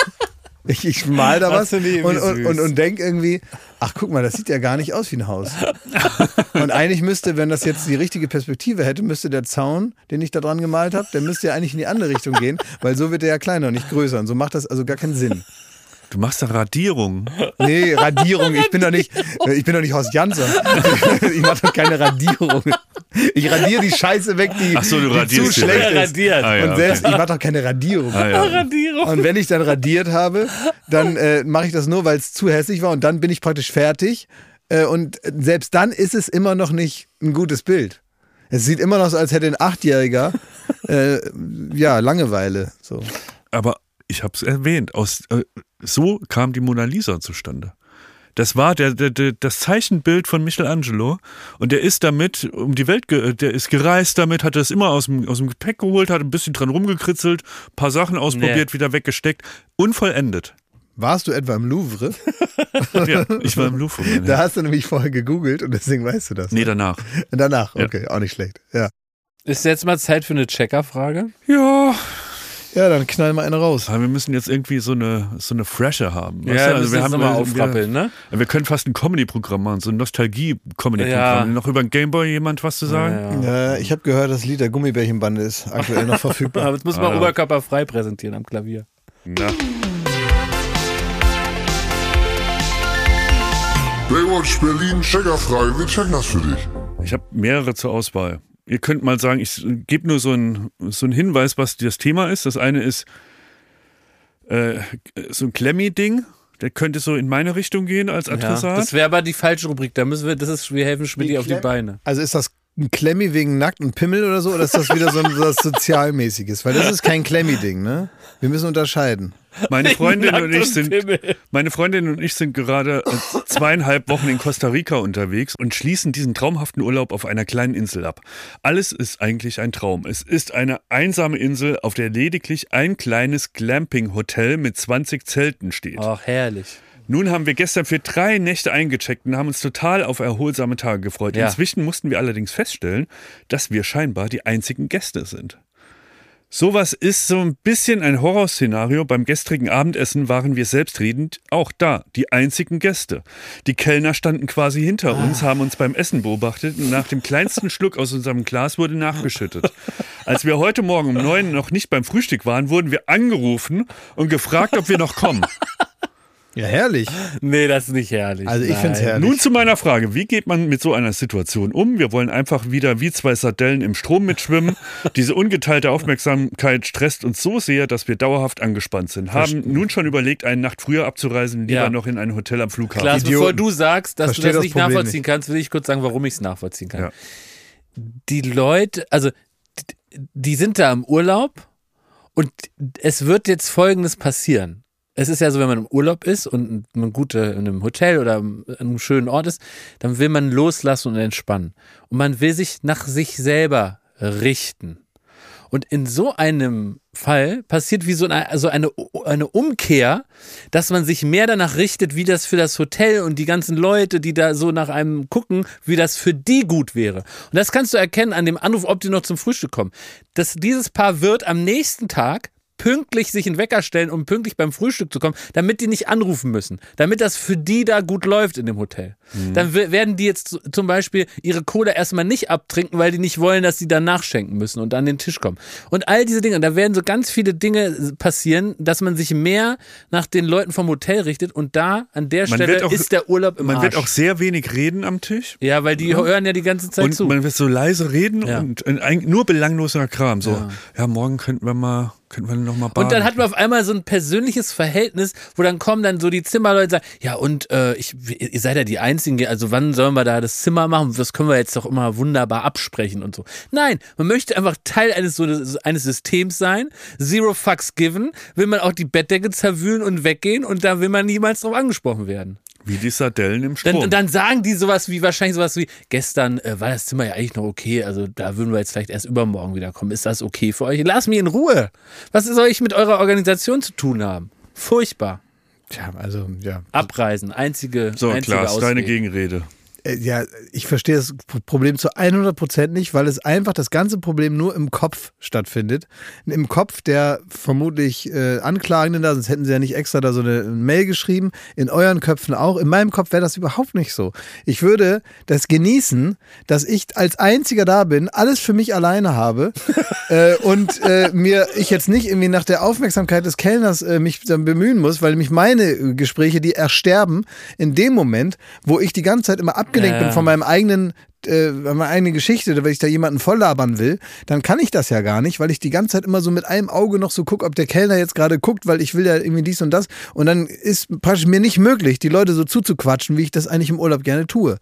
S1: ich, ich mal da was
S3: du nie, wie
S1: und, und,
S3: süß.
S1: und, und denke irgendwie, ach guck mal, das sieht ja gar nicht aus wie ein Haus. Und eigentlich müsste, wenn das jetzt die richtige Perspektive hätte, müsste der Zaun, den ich da dran gemalt habe, der müsste ja eigentlich in die andere Richtung gehen, weil so wird der ja kleiner und nicht größer. Und so macht das also gar keinen Sinn.
S2: Du machst da Radierung.
S1: Nee, Radierung. Ich bin doch nicht, ich bin doch nicht Horst Janssen. Ich mache doch keine Radierung. Ich radiere die Scheiße weg, die,
S2: Ach so, du
S1: die zu
S2: radierst sie
S1: schlecht
S2: weg.
S1: ist.
S3: Radiert.
S2: Ah, ja,
S1: Und selbst,
S2: okay.
S1: ich mache doch keine Radierung.
S2: Ah, ja.
S1: Und wenn ich dann radiert habe, dann äh, mache ich das nur, weil es zu hässlich war und dann bin ich praktisch fertig. Äh, und selbst dann ist es immer noch nicht ein gutes Bild. Es sieht immer noch so, als hätte ein Achtjähriger äh, ja, Langeweile. So.
S2: Aber ich habe es erwähnt, aus, äh, so kam die Mona Lisa zustande. Das war der, der, der, das Zeichenbild von Michelangelo und der ist damit um die Welt, ge der ist gereist damit, hat das immer aus dem, aus dem Gepäck geholt, hat ein bisschen dran rumgekritzelt, paar Sachen ausprobiert, wieder weggesteckt, unvollendet.
S1: Warst du etwa im Louvre?
S2: Ja, ich war im Louvre. mein
S1: Da
S2: Herr.
S1: hast du nämlich vorher gegoogelt und deswegen weißt du das.
S2: Nee, danach.
S1: Danach,
S2: Ja.
S1: okay, auch nicht schlecht. Ja.
S3: Ist jetzt mal Zeit für eine Checker-Frage?
S2: Ja.
S1: Ja, dann knall mal eine raus.
S2: Aber wir müssen jetzt irgendwie so eine, so eine Freshe haben. weißt du?
S3: Ja, also wir haben mal
S2: wir,
S3: aufrappeln, ne?
S2: wir können fast ein Comedy-Programm machen, so ein Nostalgie-Comedy-Programm.
S3: Ja.
S2: Noch über den Gameboy jemand was zu sagen?
S1: Ja, ich habe gehört, das Lied der Gummibärchenbande ist aktuell noch
S3: Aber
S1: verfügbar.
S3: jetzt muss man
S2: Ah.
S3: oberkörperfrei präsentieren am Klavier.
S2: Na.
S5: Baywatch Berlin, checkerfrei, wir checken das für dich.
S2: Ich habe mehrere zur Auswahl. Ihr könnt mal sagen, ich gebe nur so einen, so einen Hinweis, was das Thema ist. Das eine ist äh, so ein Klemmi-Ding. Da könnte es so in meine Richtung gehen als
S3: Ja,
S2: Adressat.
S3: das wäre aber die falsche Rubrik. Da müssen wir, das ist, wir helfen Schmidt auf die
S1: Klemm-
S3: Beine.
S1: Also ist das ein Klemmi wegen Nackt und Pimmel oder so? Oder ist das wieder so ein was Sozialmäßiges? Weil das ist kein Klemmi-Ding, ne? Wir müssen unterscheiden.
S2: meine Freundin und ich
S3: Nackt
S2: sind
S3: Pimmel.
S2: meine Freundin und ich sind gerade äh, zweieinhalb Wochen in Costa Rica unterwegs und schließen diesen traumhaften Urlaub auf einer kleinen Insel ab. Alles ist eigentlich ein Traum. Es ist eine einsame Insel, auf der lediglich ein kleines Glamping-Hotel mit 20 Zelten steht.
S3: Ach, herrlich.
S2: Nun haben wir gestern für drei Nächte eingecheckt und haben uns total auf erholsame Tage gefreut.
S3: Ja.
S2: Inzwischen mussten wir allerdings feststellen, dass wir scheinbar die einzigen Gäste sind. Sowas ist so ein bisschen ein Horrorszenario. Beim gestrigen Abendessen waren wir selbstredend auch da, die einzigen Gäste. Die Kellner standen quasi hinter uns, haben uns beim Essen beobachtet und nach dem kleinsten Schluck aus unserem Glas wurde nachgeschüttet. Als wir heute Morgen um neun noch nicht beim Frühstück waren, wurden wir angerufen und gefragt, ob wir noch kommen.
S1: Ja, herrlich.
S3: Nee, das ist nicht herrlich.
S1: Also ich find's
S3: Nein.
S1: herrlich.
S2: Nun zu meiner Frage. Wie geht man mit so einer Situation um? Wir wollen einfach wieder wie zwei Sardellen im Strom mitschwimmen. Diese ungeteilte Aufmerksamkeit stresst uns so sehr, dass wir dauerhaft angespannt sind. Haben nun schon überlegt, eine Nacht früher abzureisen, lieber
S3: Ja.
S2: noch in ein Hotel am Flughafen.
S3: Klaas,
S1: Idioten.
S3: bevor du sagst, dass
S1: Versteh
S3: du das
S1: das
S3: nicht
S1: Problem
S3: nachvollziehen
S1: nicht.
S3: kannst, will ich kurz sagen, warum ich es nachvollziehen kann.
S2: Ja.
S3: Die Leute, also die- die sind da im Urlaub und es wird jetzt Folgendes passieren. Es ist ja so, wenn man im Urlaub ist und man gut äh, in einem Hotel oder an einem schönen Ort ist, dann will man loslassen und entspannen. Und man will sich nach sich selber richten. Und in so einem Fall passiert wie so eine, also eine, eine Umkehr, dass man sich mehr danach richtet, wie das für das Hotel und die ganzen Leute, die da so nach einem gucken, wie das für die gut wäre. Und das kannst du erkennen an dem Anruf, ob die noch zum Frühstück kommen. Dass dieses Paar wird am nächsten Tag pünktlich sich in den Wecker stellen, um pünktlich beim Frühstück zu kommen, damit die nicht anrufen müssen, damit das für die da gut läuft in dem Hotel.
S2: Mhm.
S3: Dann we- werden die jetzt zu- zum Beispiel ihre Cola erstmal nicht abtrinken, weil die nicht wollen, dass sie dann nachschenken müssen und an den Tisch kommen. Und all diese Dinge, und da werden so ganz viele Dinge äh, passieren, dass man sich mehr nach den Leuten vom Hotel richtet und da an der
S2: Man
S3: Stelle
S2: wird auch-
S3: ist der Urlaub im
S2: Man
S3: Arsch.
S2: wird auch sehr wenig reden am Tisch.
S3: ja, weil die hören ja die ganze Zeit
S2: Und
S3: zu.
S2: man wird so leise reden
S3: Ja.
S2: und und eigentlich nur belangloser Kram. So, ja, morgen könnten wir mal, könnten wir noch mal baden.
S3: Und dann hat man auf einmal so ein persönliches Verhältnis, wo dann kommen dann so die Zimmerleute und sagen, ja und äh, ich, ihr seid ja die Einzigen, also wann sollen wir da das Zimmer machen? Das können wir jetzt doch immer wunderbar absprechen und so. Nein, man möchte einfach Teil eines, so, eines Systems sein, zero fucks given, will man auch die Bettdecke zerwühlen und weggehen und da will man niemals drauf angesprochen werden.
S2: Wie die Sardellen im
S3: Dann,
S2: Strom.
S3: und dann sagen die sowas wie, wahrscheinlich sowas wie, gestern äh, war das Zimmer ja eigentlich noch okay, also da würden wir jetzt vielleicht erst übermorgen wiederkommen. Ist das okay für euch? Lass mich in Ruhe. Was soll ich mit eurer Organisation zu tun haben? Furchtbar.
S1: Tja, also, ja.
S3: Abreisen, einzige,
S2: so,
S3: einzige
S2: Klaas,
S3: Ausweg.
S2: deine Gegenrede.
S1: Äh, Ja, ich verstehe das Problem zu 100% nicht, weil es einfach das ganze Problem nur im Kopf stattfindet. Im Kopf der vermutlich äh, Anklagenden da, sonst hätten sie ja nicht extra da so eine Mail geschrieben. In euren Köpfen auch. In meinem Kopf wäre das überhaupt nicht so. Ich würde das genießen, dass ich als Einziger da bin, alles für mich alleine habe äh, und äh, mir ich jetzt nicht irgendwie nach der Aufmerksamkeit des Kellners äh, mich dann bemühen muss, weil mich meine äh, Gespräche, die ersterben in dem Moment, wo ich die ganze Zeit immer abgelenkt
S3: Ja.
S1: bin von meinem eigenen äh, meine eigene Geschichte, weil ich da jemanden voll labern will, dann kann ich das ja gar nicht, weil ich die ganze Zeit immer so mit einem Auge noch so gucke, ob der Kellner jetzt gerade guckt, weil ich will ja irgendwie dies und das. Und dann ist praktisch mir nicht möglich, die Leute so zuzuquatschen, wie ich das eigentlich im Urlaub gerne tue.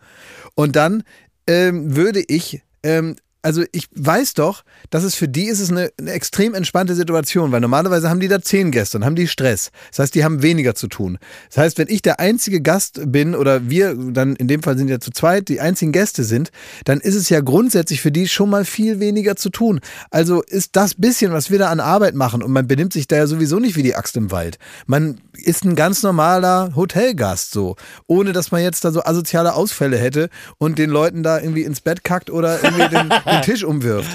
S1: Und dann ähm, würde ich, ähm, also ich weiß doch, dass es für die ist es eine, eine extrem entspannte Situation, weil normalerweise haben die da zehn Gäste und haben die Stress. Das heißt, die haben weniger zu tun. Das heißt, wenn ich der einzige Gast bin oder wir, dann in dem Fall sind ja zu zweit, die einzigen Gäste sind, dann ist es ja grundsätzlich für die schon mal viel weniger zu tun. Also ist das bisschen, was wir da an Arbeit machen und man benimmt sich da ja sowieso nicht wie die Axt im Wald. Man ist ein ganz normaler Hotelgast so, ohne dass man jetzt da so asoziale Ausfälle hätte und den Leuten da irgendwie ins Bett kackt oder irgendwie den, den Tisch umwirft.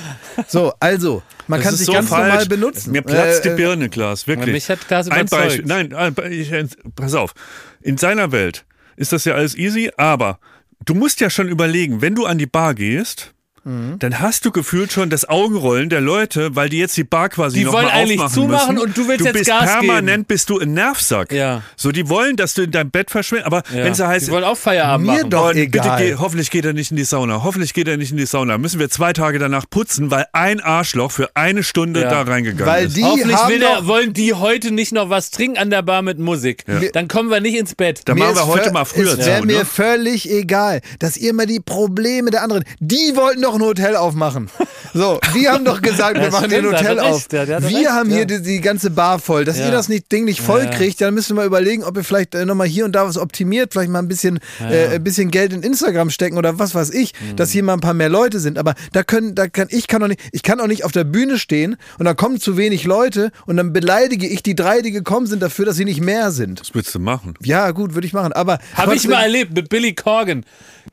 S1: So, also, man kann
S2: ist
S1: sich
S2: so
S1: ganz
S2: falsch.
S1: normal benutzen.
S2: Mir platzt
S1: Äh,
S2: die Birne, Klaas, wirklich.
S3: Mich hat Klaas
S2: ein
S3: überzeugt.
S2: Beispiel, nein, ein Be- ich, pass auf. In seiner Welt ist das ja alles easy, aber du musst ja schon überlegen, wenn du an die Bar gehst,
S1: Mhm.
S2: dann hast du gefühlt schon das Augenrollen der Leute, weil die jetzt die Bar quasi
S3: Die
S2: noch
S3: wollen
S2: mal
S3: eigentlich
S2: aufmachen
S3: zumachen
S2: müssen.
S3: und du willst jetzt
S2: bist
S3: Gas geben.
S2: permanent bist du ein Nervsack.
S3: Ja.
S2: So, die wollen, dass du in deinem Bett verschwindest. Aber wenn es da heißt,
S3: die wollen auch Feierabend
S1: Mir
S3: machen.
S1: doch.
S2: und bitte
S1: egal.
S2: geh, hoffentlich geht er nicht in die Sauna. Hoffentlich geht er nicht in die Sauna. Müssen wir zwei Tage danach putzen, weil ein Arschloch für eine Stunde
S3: Ja.
S2: da reingegangen
S1: Weil
S2: ist.
S1: die
S3: Hoffentlich
S1: haben
S3: will
S1: doch,
S3: der, wollen die heute nicht noch was trinken an der Bar mit Musik. Dann kommen wir nicht ins Bett.
S2: da
S1: Mir
S2: machen wir
S1: ist
S2: heute
S1: völ-
S2: mal früher
S1: Es wäre
S2: zu.
S1: mir
S2: Ne?
S1: völlig egal, dass ihr immer die Probleme der anderen. Die wollten doch ein Hotel aufmachen. So, die haben doch gesagt, wir
S3: Das
S1: machen hier ein
S3: stimmt,
S1: Hotel
S3: hat er
S1: auf.
S3: recht, ja, der hat
S1: wir
S3: recht,
S1: haben
S3: ja.
S1: hier die, die ganze Bar voll. Dass
S3: Ja.
S1: ihr das nicht, Ding nicht voll
S3: ja.
S1: kriegt, dann müssen wir überlegen, ob ihr vielleicht äh, nochmal hier und da was optimiert, vielleicht mal ein bisschen, äh, ein bisschen Geld in Instagram stecken oder was weiß ich,
S3: Mhm.
S1: dass hier mal ein paar mehr Leute sind. Aber da können, da kann ich kann doch nicht, ich kann auch nicht auf der Bühne stehen und da kommen zu wenig Leute und dann beleidige ich die drei, die gekommen sind, dafür, dass sie nicht mehr sind.
S2: Was willst du machen?
S1: Ja, gut, würde ich machen. Aber
S3: Habe ich
S1: trotzdem-
S3: mal erlebt mit Billy Corgan.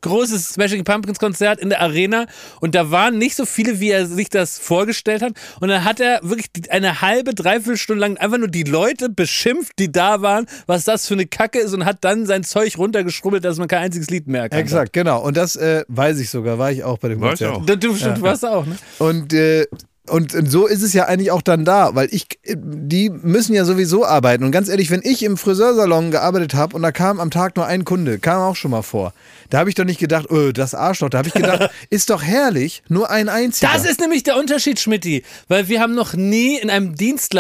S3: Großes Smashing Pumpkins Konzert in der Arena und da waren nicht so viele, wie er sich das vorgestellt hat. Und dann hat er wirklich die- eine halbe, dreiviertel Stunde lang einfach nur die Leute beschimpft, die da waren, was das für eine Kacke ist und hat dann sein Zeug runtergeschrubbelt, dass man kein einziges Lied mehr erkannt
S1: Exakt, genau. Und das äh, weiß ich sogar, war ich auch bei dem
S2: War ich
S1: Konzert.
S2: auch.
S3: Hat. Du, du du warst auch, ne?
S1: Und, äh, und und so ist es ja eigentlich auch dann da, weil ich, äh, die müssen ja sowieso arbeiten. Und ganz ehrlich, wenn ich im Friseursalon gearbeitet habe und da kam am Tag nur ein Kunde, kam auch schon mal vor, da habe ich doch nicht gedacht, öh, das Arschloch, da habe ich gedacht, ist doch herrlich, nur ein einziger.
S3: Das ist nämlich der Unterschied, Schmidti, weil wir haben noch nie in einem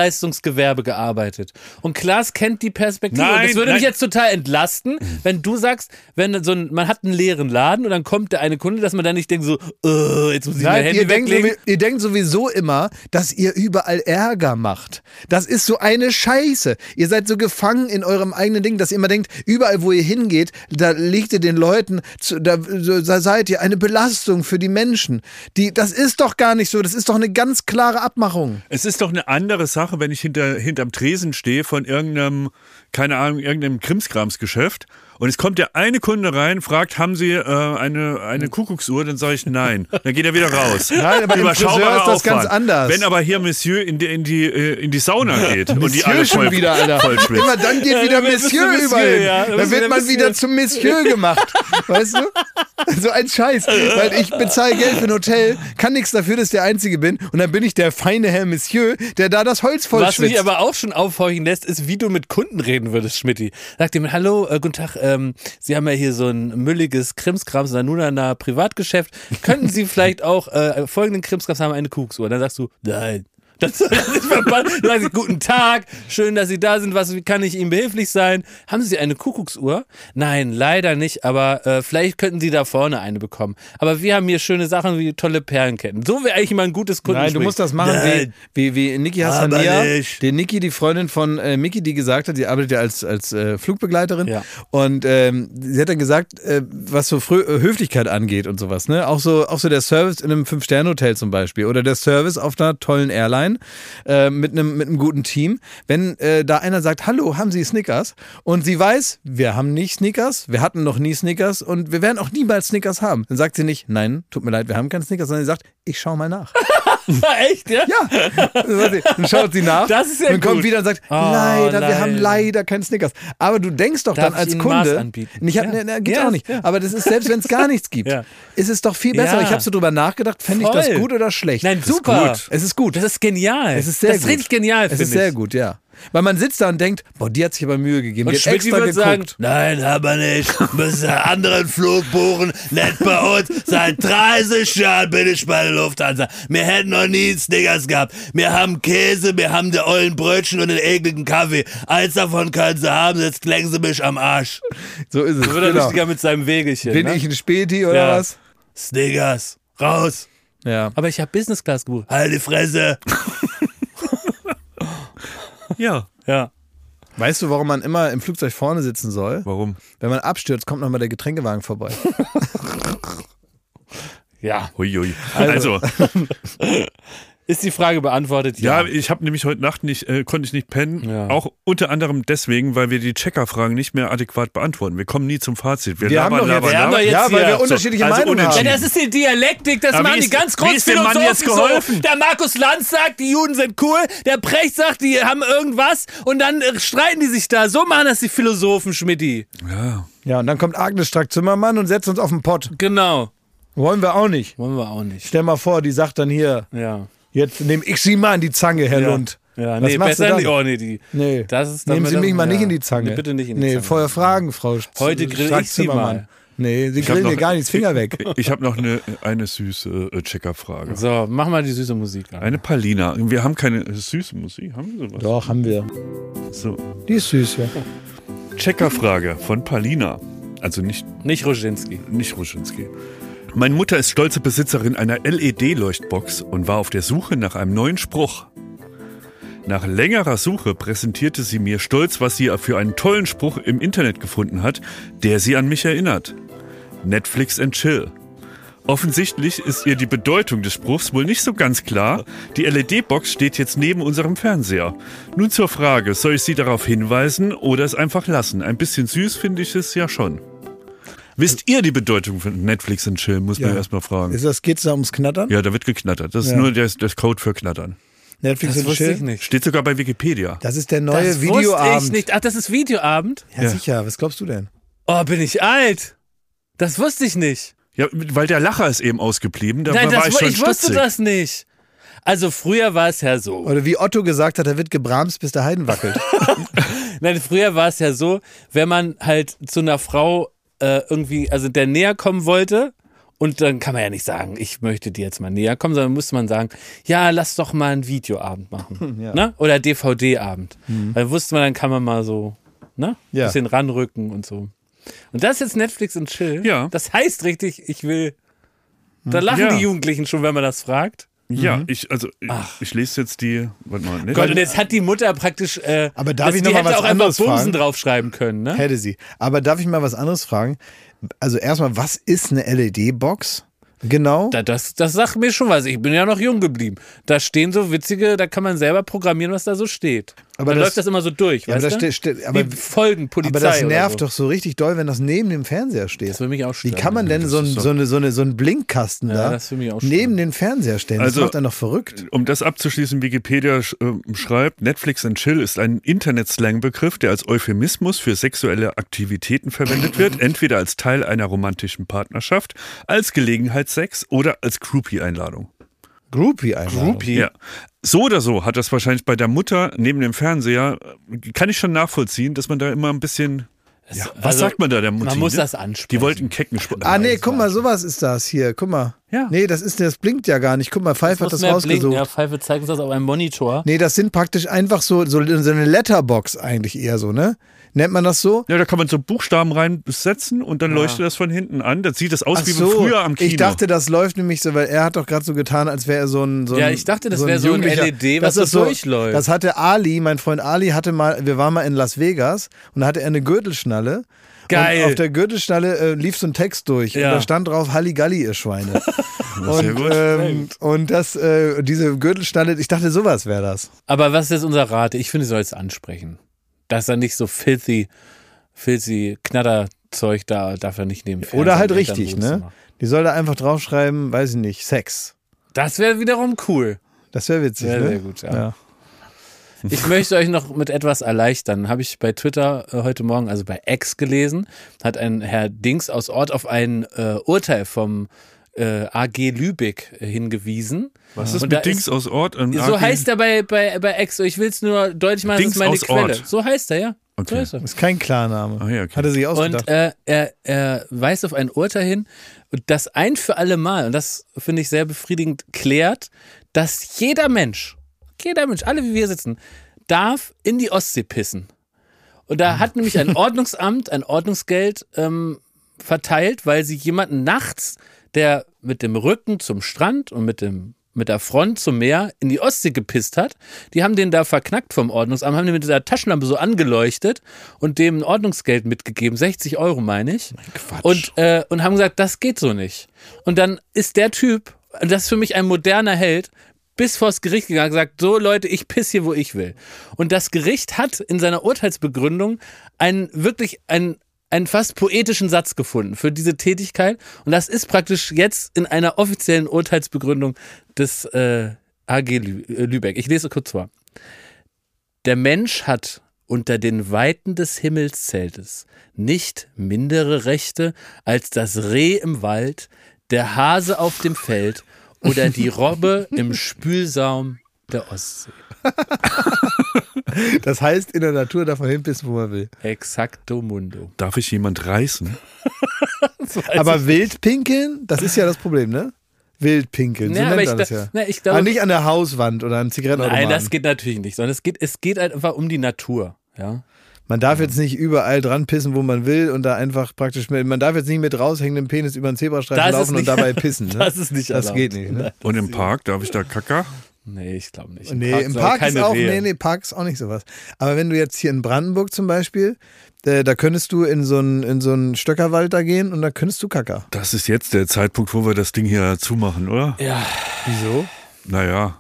S3: Dienstleistungsgewerbe gearbeitet. Und Klaas kennt die Perspektive.
S2: Nein,
S3: und das würde mich
S2: nein.
S3: jetzt total entlasten,
S1: Mhm.
S3: wenn du sagst, wenn so ein, man hat einen leeren Laden und dann kommt der eine Kunde, dass man dann nicht denkt so, "Äh, jetzt muss ich mein
S1: Nein,
S3: Handy
S1: ihr denkt,
S3: weglegen.
S1: sowie- ihr denkt sowieso immer, dass ihr überall Ärger macht. Das ist so eine Scheiße. Ihr seid so gefangen in eurem eigenen Ding, dass ihr immer denkt, überall, wo ihr hingeht, da legt ihr den Leuten, zu, da, so- da seid ihr eine Belastung für die Menschen. Die, das ist doch gar nicht so. Das ist doch eine ganz klare Abmachung.
S2: Es ist doch eine andere Sache, wenn ich hinter, hinterm Tresen stehe von irgendeinem, keine Ahnung, irgendeinem Krimskramsgeschäft und es kommt der eine Kunde rein, fragt, haben Sie äh, eine, eine Kuckucksuhr? Dann sage ich nein. Dann geht er wieder raus.
S1: Nein, aber im Friseur
S2: Überschaubarer
S1: ist das ganz
S2: Aufwand.
S1: anders.
S2: Wenn aber hier Monsieur in die, in die, äh, in die Sauna geht und die alle
S1: schon
S2: voll,
S1: wieder, Alter.
S2: voll schwitzt.
S1: Immer dann geht
S3: Ja,
S1: wieder
S3: dann bist du
S1: Monsieur,
S3: Monsieur,
S1: überall. hin.
S3: ja, dann
S1: dann
S3: bist du
S1: wird
S3: wieder
S1: man
S3: Monsieur.
S1: wieder zum Monsieur gemacht. weißt du? So ein Scheiß. Weil ich bezahle Geld für ein Hotel, kann nichts dafür, dass ich der Einzige bin. Und dann bin ich der feine Herr Monsieur, der da das Holz voll
S3: Was mich
S1: schwitzt.
S3: aber auch schon aufhorchen lässt, ist, wie du mit Kunden reden würdest, Schmidti. Sag dir, hallo, äh, guten Tag, ähm, Sie haben ja hier so ein mülliges Krimskrams, Nanunana Privatgeschäft. Könnten Sie vielleicht auch äh, folgenden Krimskrams haben, eine Kuckucksuhr? Dann sagst du, nein. Das, das ist verbannt. Dann sag ich, guten Tag, schön, dass Sie da sind. Was wie kann ich Ihnen behilflich sein? Haben Sie eine Kuckucksuhr? Nein, leider nicht, aber äh, vielleicht könnten Sie da vorne eine bekommen. Aber wir haben hier schöne Sachen wie tolle Perlenketten. So wäre eigentlich mal ein gutes Kunden.
S1: Nein, du musst das machen wie, wie, wie Niki Hassania, die Niki, die Freundin von äh, Miki, die gesagt hat, die arbeitet ja als, als äh, Flugbegleiterin
S3: Ja.
S1: und ähm, sie hat dann gesagt, äh, was so Frö äh, Höflichkeit angeht und sowas, ne? auch, so, auch so der Service in einem Fünf-Sterne-Hotel zum Beispiel oder der Service auf einer tollen Airline äh, mit, einem, mit einem guten Team, wenn äh, da einer sagt, hallo, haben Sie Snickers? Und sie weiß, wir haben nicht Snickers, wir hatten noch nie Snickers und wir werden auch niemals Snickers haben. Dann sagt sie nicht, nein, tut mir leid, wir haben keinen Snickers, sondern sie sagt, ich schau mal nach.
S3: Echt, ja?
S1: Ja. Dann schaut sie nach.
S3: Das ist ja
S1: und kommt
S3: gut.
S1: wieder und sagt,
S3: Oh,
S1: leider, wir
S3: leider.
S1: haben leider keinen Snickers. Aber du denkst doch
S3: Darf
S1: dann
S3: ich
S1: als
S3: Ihnen
S1: Kunde.
S3: Maß anbieten?
S1: Ich hab,
S3: Ja.
S1: ne, ne, gibt's
S3: Ja,
S1: auch nicht.
S3: ja.
S1: Aber das ist, selbst wenn es gar nichts gibt,
S3: Ja.
S1: ist es doch viel besser.
S3: Ja.
S1: Ich habe so drüber nachgedacht, fände ich das
S3: Voll.
S1: gut oder schlecht.
S3: Nein,
S1: Es ist
S3: super.
S1: gut. Es ist gut.
S3: Das ist genial.
S1: Es ist sehr
S3: das
S1: gut.
S3: Das ist richtig genial,
S1: Es
S3: finde
S1: ist
S3: ich.
S1: sehr gut, ja. Weil man sitzt da und denkt, boah, die hat sich aber Mühe gegeben.
S3: Und
S1: die hat
S3: Schmidt
S1: extra
S3: würde
S1: geguckt.
S3: sagen, nein, haben wir nicht, müssen einen anderen Flug buchen, nicht bei uns, seit 30 Jahren bin ich bei der Lufthansa, wir hätten noch nie einen Snickers gehabt, wir haben Käse, wir haben die ollen Brötchen und den ekligen Kaffee, eins davon können sie haben, jetzt klängen sie mich am Arsch.
S1: so ist es.
S3: Wird er
S1: Genau.
S3: lustiger mit seinem Wegelchen,
S1: Bin
S3: ne?
S1: ich ein Späti oder
S3: Ja.
S1: was?
S3: Snickers, raus.
S1: Ja.
S3: Aber ich habe Business Class gebucht. Halt die Fresse.
S2: Ja,
S3: Ja.
S1: Weißt du, warum man immer im Flugzeug vorne sitzen soll?
S2: warum?
S1: Wenn man abstürzt, kommt nochmal der Getränkewagen vorbei.
S3: Ja.
S2: Huiui. Also,
S3: Ist die Frage beantwortet?
S2: ja, ich habe nämlich heute Nacht nicht, äh, konnte ich nicht pennen.
S3: Ja.
S2: Auch unter anderem deswegen, weil wir die Checker-Fragen nicht mehr adäquat beantworten. Wir kommen nie zum Fazit. Wir,
S1: Wir haben
S2: labern,
S1: doch jetzt-
S2: labern,
S3: wir haben
S2: labern.
S3: doch jetzt
S1: ja, weil
S3: hier-
S1: wir unterschiedliche
S2: also
S1: Meinungen haben.
S2: unentschieden.
S3: Ja, das ist die Dialektik, das
S2: Aber wie
S3: machen die
S2: ist-
S3: ganz
S2: wie
S3: großen
S2: ist dem Mann
S3: Philosophen
S2: jetzt geholfen?
S3: so. Der Markus Lanz sagt, die Juden sind cool, der Precht sagt, die haben irgendwas und dann äh, streiten die sich da. So machen das die Philosophen, Schmidti.
S1: Ja, und dann kommt Agnes Strack-Zimmermann und setzt uns auf den Pott.
S3: Genau.
S1: Wollen wir auch nicht.
S3: Wollen wir auch nicht.
S1: Stell mal vor, die sagt dann hier,
S3: Ja.
S1: jetzt nehme ich sie mal in die Zange, Herr Lund.
S3: Ja,
S1: Was
S3: nee,
S1: machst du
S3: besser
S1: dann?
S3: nicht. Oh, nee, die.
S1: Nee.
S3: Das ist dann
S1: Nehmen Sie
S3: wieder-
S1: mich mal
S3: ja.
S1: nicht in die Zange.
S3: Nee, bitte nicht in die
S1: nee,
S3: Zange.
S1: vorher fragen, Frau Z-
S3: Heute grill ich
S1: Strack-
S3: Sie
S1: Zimmermann.
S3: mal.
S1: Nee, Sie
S2: hab
S1: grillen mir
S2: noch-
S1: gar nichts. Finger weg.
S2: Ich habe noch eine, eine süße äh, Checkerfrage.
S3: So, mach mal die süße Musik an.
S2: Eine Palina. Wir haben keine äh, süße Musik. Haben wir sowas?
S1: Doch, haben wir.
S2: So.
S1: Die ist süß, ja.
S2: Checkerfrage von Palina. Also nicht
S3: Nicht Roschinski.
S2: nicht Ruschinski. Meine Mutter ist stolze Besitzerin einer LED-Leuchtbox und war auf der Suche nach einem neuen Spruch. Nach längerer Suche präsentierte sie mir stolz, was sie für einen tollen Spruch im Internet gefunden hat, der sie an mich erinnert. Netflix and Chill. Offensichtlich ist ihr die Bedeutung des Spruchs wohl nicht so ganz klar. Die LED-Box steht jetzt neben unserem Fernseher. Nun zur Frage, soll ich sie darauf hinweisen oder es einfach lassen? Ein bisschen süß finde ich es ja schon. Wisst ihr die Bedeutung von Netflix und Chill, muss man erstmal fragen.
S1: Ist das, geht's da ums Knattern?
S2: Ja, da wird geknattert. Das ist nur der, das Code für Knattern.
S1: Netflix und Chill?
S3: nicht.
S2: Steht sogar bei Wikipedia.
S1: Das ist der neue
S3: Das wusste ich
S1: Videoabend.
S3: nicht. Ach, das ist Videoabend?
S1: Ja, sicher. Was glaubst du denn?
S3: Oh, bin ich alt. Das wusste ich nicht.
S2: Ja, weil der Lacher ist eben ausgeblieben. Da
S3: Nein,
S2: war
S3: das,
S2: ich
S3: wu-
S2: schon
S3: ich wusste
S2: stutzig.
S3: das nicht. Also früher war es ja so.
S1: Oder wie Otto gesagt hat, er wird gebramst, bis der Heiden wackelt.
S3: Nein, früher war es ja so, wenn man halt zu einer Frau äh, irgendwie, also der näher kommen wollte, und dann kann man ja nicht sagen, ich möchte dir jetzt mal näher kommen, sondern musste man sagen, ja, lass doch mal einen Videoabend
S2: Hm,
S3: machen. ne? Oder DVD-Abend.
S2: Mhm.
S3: Weil wusste man, dann kann man mal so ne?
S1: Ja.
S3: bisschen ranrücken und so. Und das ist jetzt Netflix und Chill.
S2: Ja.
S3: Das heißt richtig, ich will. Da lachen
S2: Ja.
S3: die Jugendlichen schon, wenn man das fragt.
S2: Ja, ich, also, ich, ich lese jetzt die. Warte mal. Netflix-
S3: Mhm. Gott, und jetzt hat die Mutter praktisch. Äh,
S1: Aber darf
S3: das-
S1: ich
S3: die
S1: noch mal
S3: hätte
S1: was
S3: auch einfach
S1: anderes
S3: Bumsen
S1: fragen?
S3: draufschreiben können, ne?
S1: Hätte sie. Aber darf ich mal was anderes fragen? Also erstmal, was ist eine LED-Box? Genau.
S3: Da, das, das sagt mir schon was. Ich bin ja noch jung geblieben. Da stehen so witzige, da kann man selber programmieren, was da so steht.
S1: Aber
S3: Aber da
S1: das-
S3: läuft das immer so durch,
S1: Ja, aber
S3: weißt
S1: das
S3: du?
S1: ste- ste- aber-
S3: Wie Folgenpolizei
S1: aber das
S3: oder
S1: nervt
S3: so.
S1: doch so richtig doll, wenn das neben dem Fernseher steht.
S3: Das würde mich auch
S1: Wie
S3: stören.
S1: kann man denn so, ein, so, eine, so, eine, so einen Blinkkasten da
S3: das würde mich auch
S1: neben
S3: stören.
S1: den Fernseher stellen?
S2: Also-
S1: das macht einen doch verrückt.
S2: Um das abzuschließen, Wikipedia sch ähm, schreibt, Netflix and Chill ist ein Internet-Slang-Begriff, der als Euphemismus für sexuelle Aktivitäten verwendet wird, entweder als Teil einer romantischen Partnerschaft, als Gelegenheitssex oder als Groupie-Einladung.
S1: Groupie einmal.
S3: Groupie.
S2: Ja. So oder so hat das wahrscheinlich bei der Mutter neben dem Fernseher, äh, kann ich schon nachvollziehen, dass man da immer ein bisschen. Ja, was
S3: also,
S2: sagt man da der Mutter?
S3: man muss das ansprechen.
S2: Die wollten Kecken sp-
S1: Ah, nee, guck mal, sowas ist das hier. Guck mal.
S2: Ja.
S1: Nee, das ist das blinkt ja gar nicht. Guck mal, Pfeif
S3: Muss
S1: hat das
S3: mehr
S1: rausgesucht.
S3: blinken. Ja, Pfeife zeigt uns das auf einem Monitor.
S1: Nee, das sind praktisch einfach so, so, so eine Letterbox eigentlich eher so, ne? Nennt man das so?
S2: Ja, da kann man so Buchstaben reinsetzen und dann leuchtet das von hinten an. Dann sieht das aus
S1: Ach
S2: wie
S1: so,
S2: früher am Kino.
S1: Ich dachte, das läuft nämlich so, weil er hat doch gerade so getan, als wäre er so ein, so ein
S3: Ja, ich dachte, das
S1: so
S3: wäre so ein
S1: Jugendlicher.
S3: LED, was
S1: das ist
S3: so durchläuft.
S1: Das hatte Ali, mein Freund Ali hatte mal, wir waren mal in Las Vegas und da hatte er eine Gürtelschnalle.
S3: Geil.
S1: Und auf der Gürtelschnalle äh, lief so ein Text durch
S3: Ja.
S1: und da stand drauf Halligalli, ihr Schweine. und,
S2: gut.
S1: ähm, und das, äh, diese Gürtelschnalle, ich dachte, sowas wäre das.
S3: Aber was ist jetzt unser Rat? Ich finde, sie soll es ansprechen. Dass da nicht so filthy, filthy Knatterzeug da darf er nicht nehmen.
S1: Oder halt richtig, ne? Die soll da einfach draufschreiben, weiß ich nicht, Sex.
S3: Das wäre wiederum cool.
S1: Das wäre witzig,
S3: Sehr,
S1: ne?
S3: sehr gut, ja. Ich möchte euch noch mit etwas erleichtern. Habe ich bei Twitter äh, heute Morgen, also bei X gelesen, hat ein Herr Dings aus Ort auf ein äh, Urteil vom äh, AG Lübeck äh, hingewiesen.
S2: Was ist
S3: Und da
S2: mit Dings aus Ort? Und
S3: So heißt er bei, bei, bei X. Ich will es nur deutlich machen, das
S2: Dings
S3: ist meine
S2: aus
S3: Quelle.
S2: Ort.
S3: So heißt er, ja. So
S2: Okay.
S3: heißt er.
S1: Ist kein Klarname.
S2: Ah, ja, okay.
S1: Hat er sich ausgedacht.
S3: Und äh, er, er weist auf ein Urteil hin, das ein für alle Mal, und das finde ich sehr befriedigend, klärt, dass jeder Mensch, jeder Mensch, alle wie wir sitzen, darf in die Ostsee pissen. Und da hat nämlich ein Ordnungsamt ein Ordnungsgeld ähm, verteilt, weil sie jemanden nachts, der mit dem Rücken zum Strand und mit dem mit der Front zum Meer in die Ostsee gepisst hat. Die haben den da verknackt vom Ordnungsamt, haben den mit dieser Taschenlampe so angeleuchtet und dem ein Ordnungsgeld mitgegeben, 60 Euro meine ich. Quatsch. Und, äh, und haben gesagt, das geht so nicht. Und dann ist der Typ, und das ist für mich ein moderner Held, bis vors Gericht gegangen und gesagt, so Leute, ich piss hier, wo ich will. Und das Gericht hat in seiner Urteilsbegründung einen wirklich einen, einen fast poetischen Satz gefunden für diese Tätigkeit. Und das ist praktisch jetzt in einer offiziellen Urteilsbegründung des äh, AG Lü äh, Lübeck. Ich lese kurz vor. Der Mensch hat unter den Weiten des Himmelszeltes nicht mindere Rechte als das Reh im Wald, der Hase auf dem Feld oder die Robbe im Spülsaum der Ostsee.
S1: Das heißt, in der Natur darf man hinpissen, wo man will.
S3: Exacto mundo.
S2: Darf ich jemand reißen?
S1: aber wild pinkeln, das ist ja das Problem, ne? Wild pinkeln, so
S3: Ja, aber
S1: nennt
S3: ich
S1: man das
S3: gla-
S1: ja.
S3: na, ich glaube-
S1: aber nicht an der Hauswand oder am Zigarettenautomaten.
S3: Nein, das geht natürlich nicht, sondern es geht, es geht halt einfach um die Natur. Ja.
S1: Man darf jetzt nicht überall dran pissen, wo man will und da einfach praktisch mit, man darf jetzt nicht mit raushängendem Penis über den Zebrastreifen
S3: Das ist
S1: laufen
S3: nicht-
S1: und dabei pissen. Ne?
S3: das ist nicht
S1: Das
S3: erlaubt.
S1: geht nicht. Ne?
S2: Und im Park darf ich da Kacker?
S3: Nee, ich glaube nicht.
S1: Nee, im
S3: soll
S1: Park ist
S3: keine
S1: auch,
S3: Rehe.
S1: nee, nee, Park ist auch nicht sowas. Aber wenn du jetzt hier in Brandenburg zum Beispiel, äh, da könntest du in so einen, in so einen Stöckerwald da gehen und da könntest du Kacker.
S2: Das ist jetzt der Zeitpunkt, wo wir das Ding hier zumachen, oder?
S3: Ja, Also
S1: Wieso?
S2: Naja,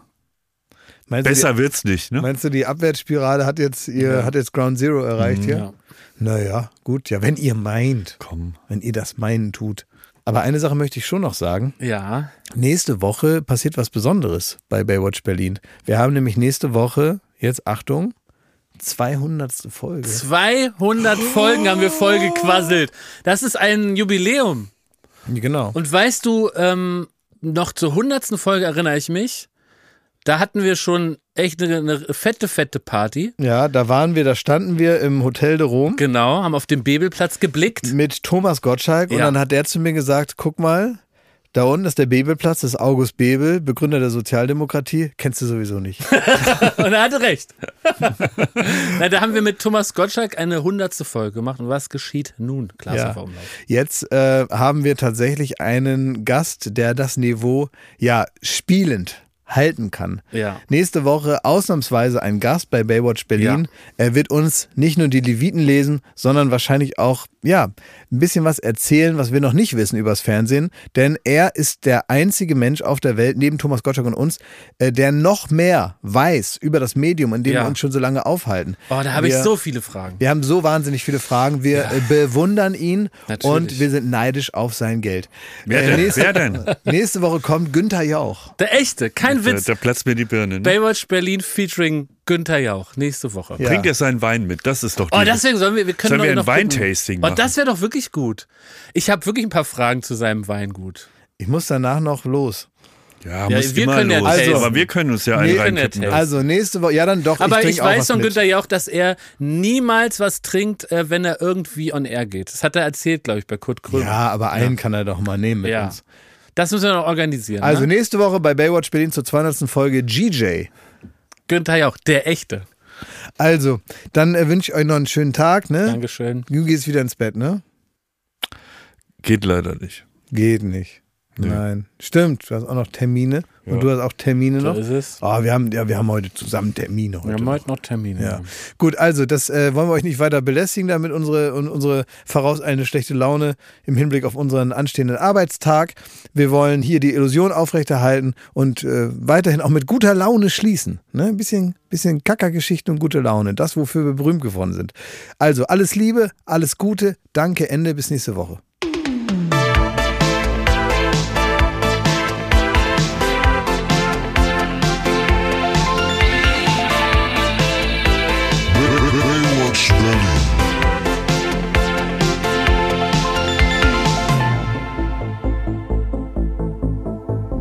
S1: Meinst du,
S2: besser wird's nicht,
S1: die,
S2: ne?
S1: meinst du, die Abwärtsspirale hat jetzt, ihr, hat jetzt Ground Zero erreicht hier?
S3: ja.
S1: Naja, gut, ja, wenn ihr meint,
S2: Komm.
S1: wenn ihr das meinen tut. Aber eine Sache möchte ich schon noch sagen.
S3: ja.
S1: Nächste Woche passiert was Besonderes bei Baywatch Berlin. Wir haben nämlich nächste Woche, jetzt Achtung, 200. Folge.
S3: 200 Folgen haben wir vollgequasselt. Das ist ein Jubiläum.
S1: Genau.
S3: Und weißt du, ähm, noch zur 100. Folge erinnere ich mich, da hatten wir schon echt eine, eine fette, fette Party.
S1: ja, da waren wir, da standen wir im Hotel de Rom
S3: Genau, haben auf den Bebelplatz geblickt.
S1: mit Thomas Gottschalk und
S3: Ja.
S1: dann hat der zu mir gesagt, guck mal, da unten ist der Bebelplatz, das ist August Bebel, Begründer der Sozialdemokratie, kennst du sowieso nicht.
S3: Und er hatte recht. Na, da haben wir mit Thomas Gottschalk eine 100. Folge gemacht. Und was geschieht nun, Klaas
S1: Ja.
S3: ja. Umlauf?
S1: Jetzt äh, haben wir tatsächlich einen Gast, der das Niveau ja spielend halten kann.
S3: Ja.
S1: Nächste Woche ausnahmsweise ein Gast bei Baywatch Berlin.
S3: Ja.
S1: Er wird uns nicht nur die Leviten lesen, sondern wahrscheinlich auch ja ein bisschen was erzählen, was wir noch nicht wissen übers Fernsehen. Denn er ist der einzige Mensch auf der Welt neben Thomas Gottschalk und uns, äh, der noch mehr weiß über das Medium, in dem
S3: Ja.
S1: wir uns schon so lange aufhalten.
S3: Oh, da habe ich
S1: Wir-
S3: so viele Fragen.
S1: wir haben so wahnsinnig viele Fragen. Wir äh, bewundern ihn
S3: Natürlich.
S1: und wir sind neidisch auf sein Geld. Äh,
S2: Wer denn? Wer denn?
S1: Nächste Woche kommt Günther Jauch.
S3: Der echte, kein
S2: Da,
S3: Witz.
S2: da platzt mir die Birne. Ne?
S3: Baywatch Berlin featuring Günther Jauch nächste Woche.
S1: Ja.
S2: Bringt er seinen Wein mit? Das ist doch die
S3: Oh, deswegen sollen wir, wir können
S2: Sollen
S3: noch-
S2: wir ein
S3: noch
S2: Weintasting
S3: gucken.
S2: machen?
S3: Oh, das wäre doch wirklich gut. Ich habe wirklich ein paar Fragen zu seinem Weingut.
S1: Ich muss danach noch los.
S2: Ja,
S3: Ja,
S2: muss
S3: wir
S2: immer
S3: können ja
S2: los.
S1: testen.
S2: aber wir können uns ja einen
S1: Nee,
S2: reinkippen.
S3: können ja
S2: lassen.
S1: Also nächste Woche, ja dann doch.
S3: Aber
S1: ich,
S3: ich,
S1: trink auch
S3: weiß
S1: was
S3: von
S1: mit.
S3: Günther Jauch, dass er niemals was trinkt, äh, wenn er irgendwie on air geht. Das hat er erzählt, glaube ich, bei Kurt Krömer.
S1: Ja, aber einen kann er doch mal nehmen mit
S3: Ja.
S1: uns.
S3: Das müssen wir noch organisieren.
S1: Also
S3: ne?
S1: nächste Woche bei Baywatch Berlin zur 200. Folge GJ.
S3: Günther Jauch, der echte.
S1: Also, dann äh, wünsche ich euch noch einen schönen Tag. Ne?
S3: Dankeschön.
S1: Du gehst wieder ins Bett, ne?
S2: Geht leider nicht.
S1: Geht nicht. Nein. Stimmt, du hast auch noch Termine. Und du hast auch Termine noch.
S3: ist es.
S1: Ah, wir, haben, ja, wir haben heute zusammen Termine. Heute
S3: Wir haben
S1: noch.
S3: heute noch Termine.
S1: Ja. Gut, also das äh, wollen wir euch nicht weiter belästigen, damit unsere und unsere vorauseilende schlechte Laune im Hinblick auf unseren anstehenden Arbeitstag. Wir wollen hier die Illusion aufrechterhalten und äh, weiterhin auch mit guter Laune schließen. Ne? Ein bisschen, bisschen Kackergeschichten und gute Laune, das wofür wir berühmt geworden sind. Also alles Liebe, alles Gute, danke, Ende, bis nächste Woche.
S5: Baywatch Berlin.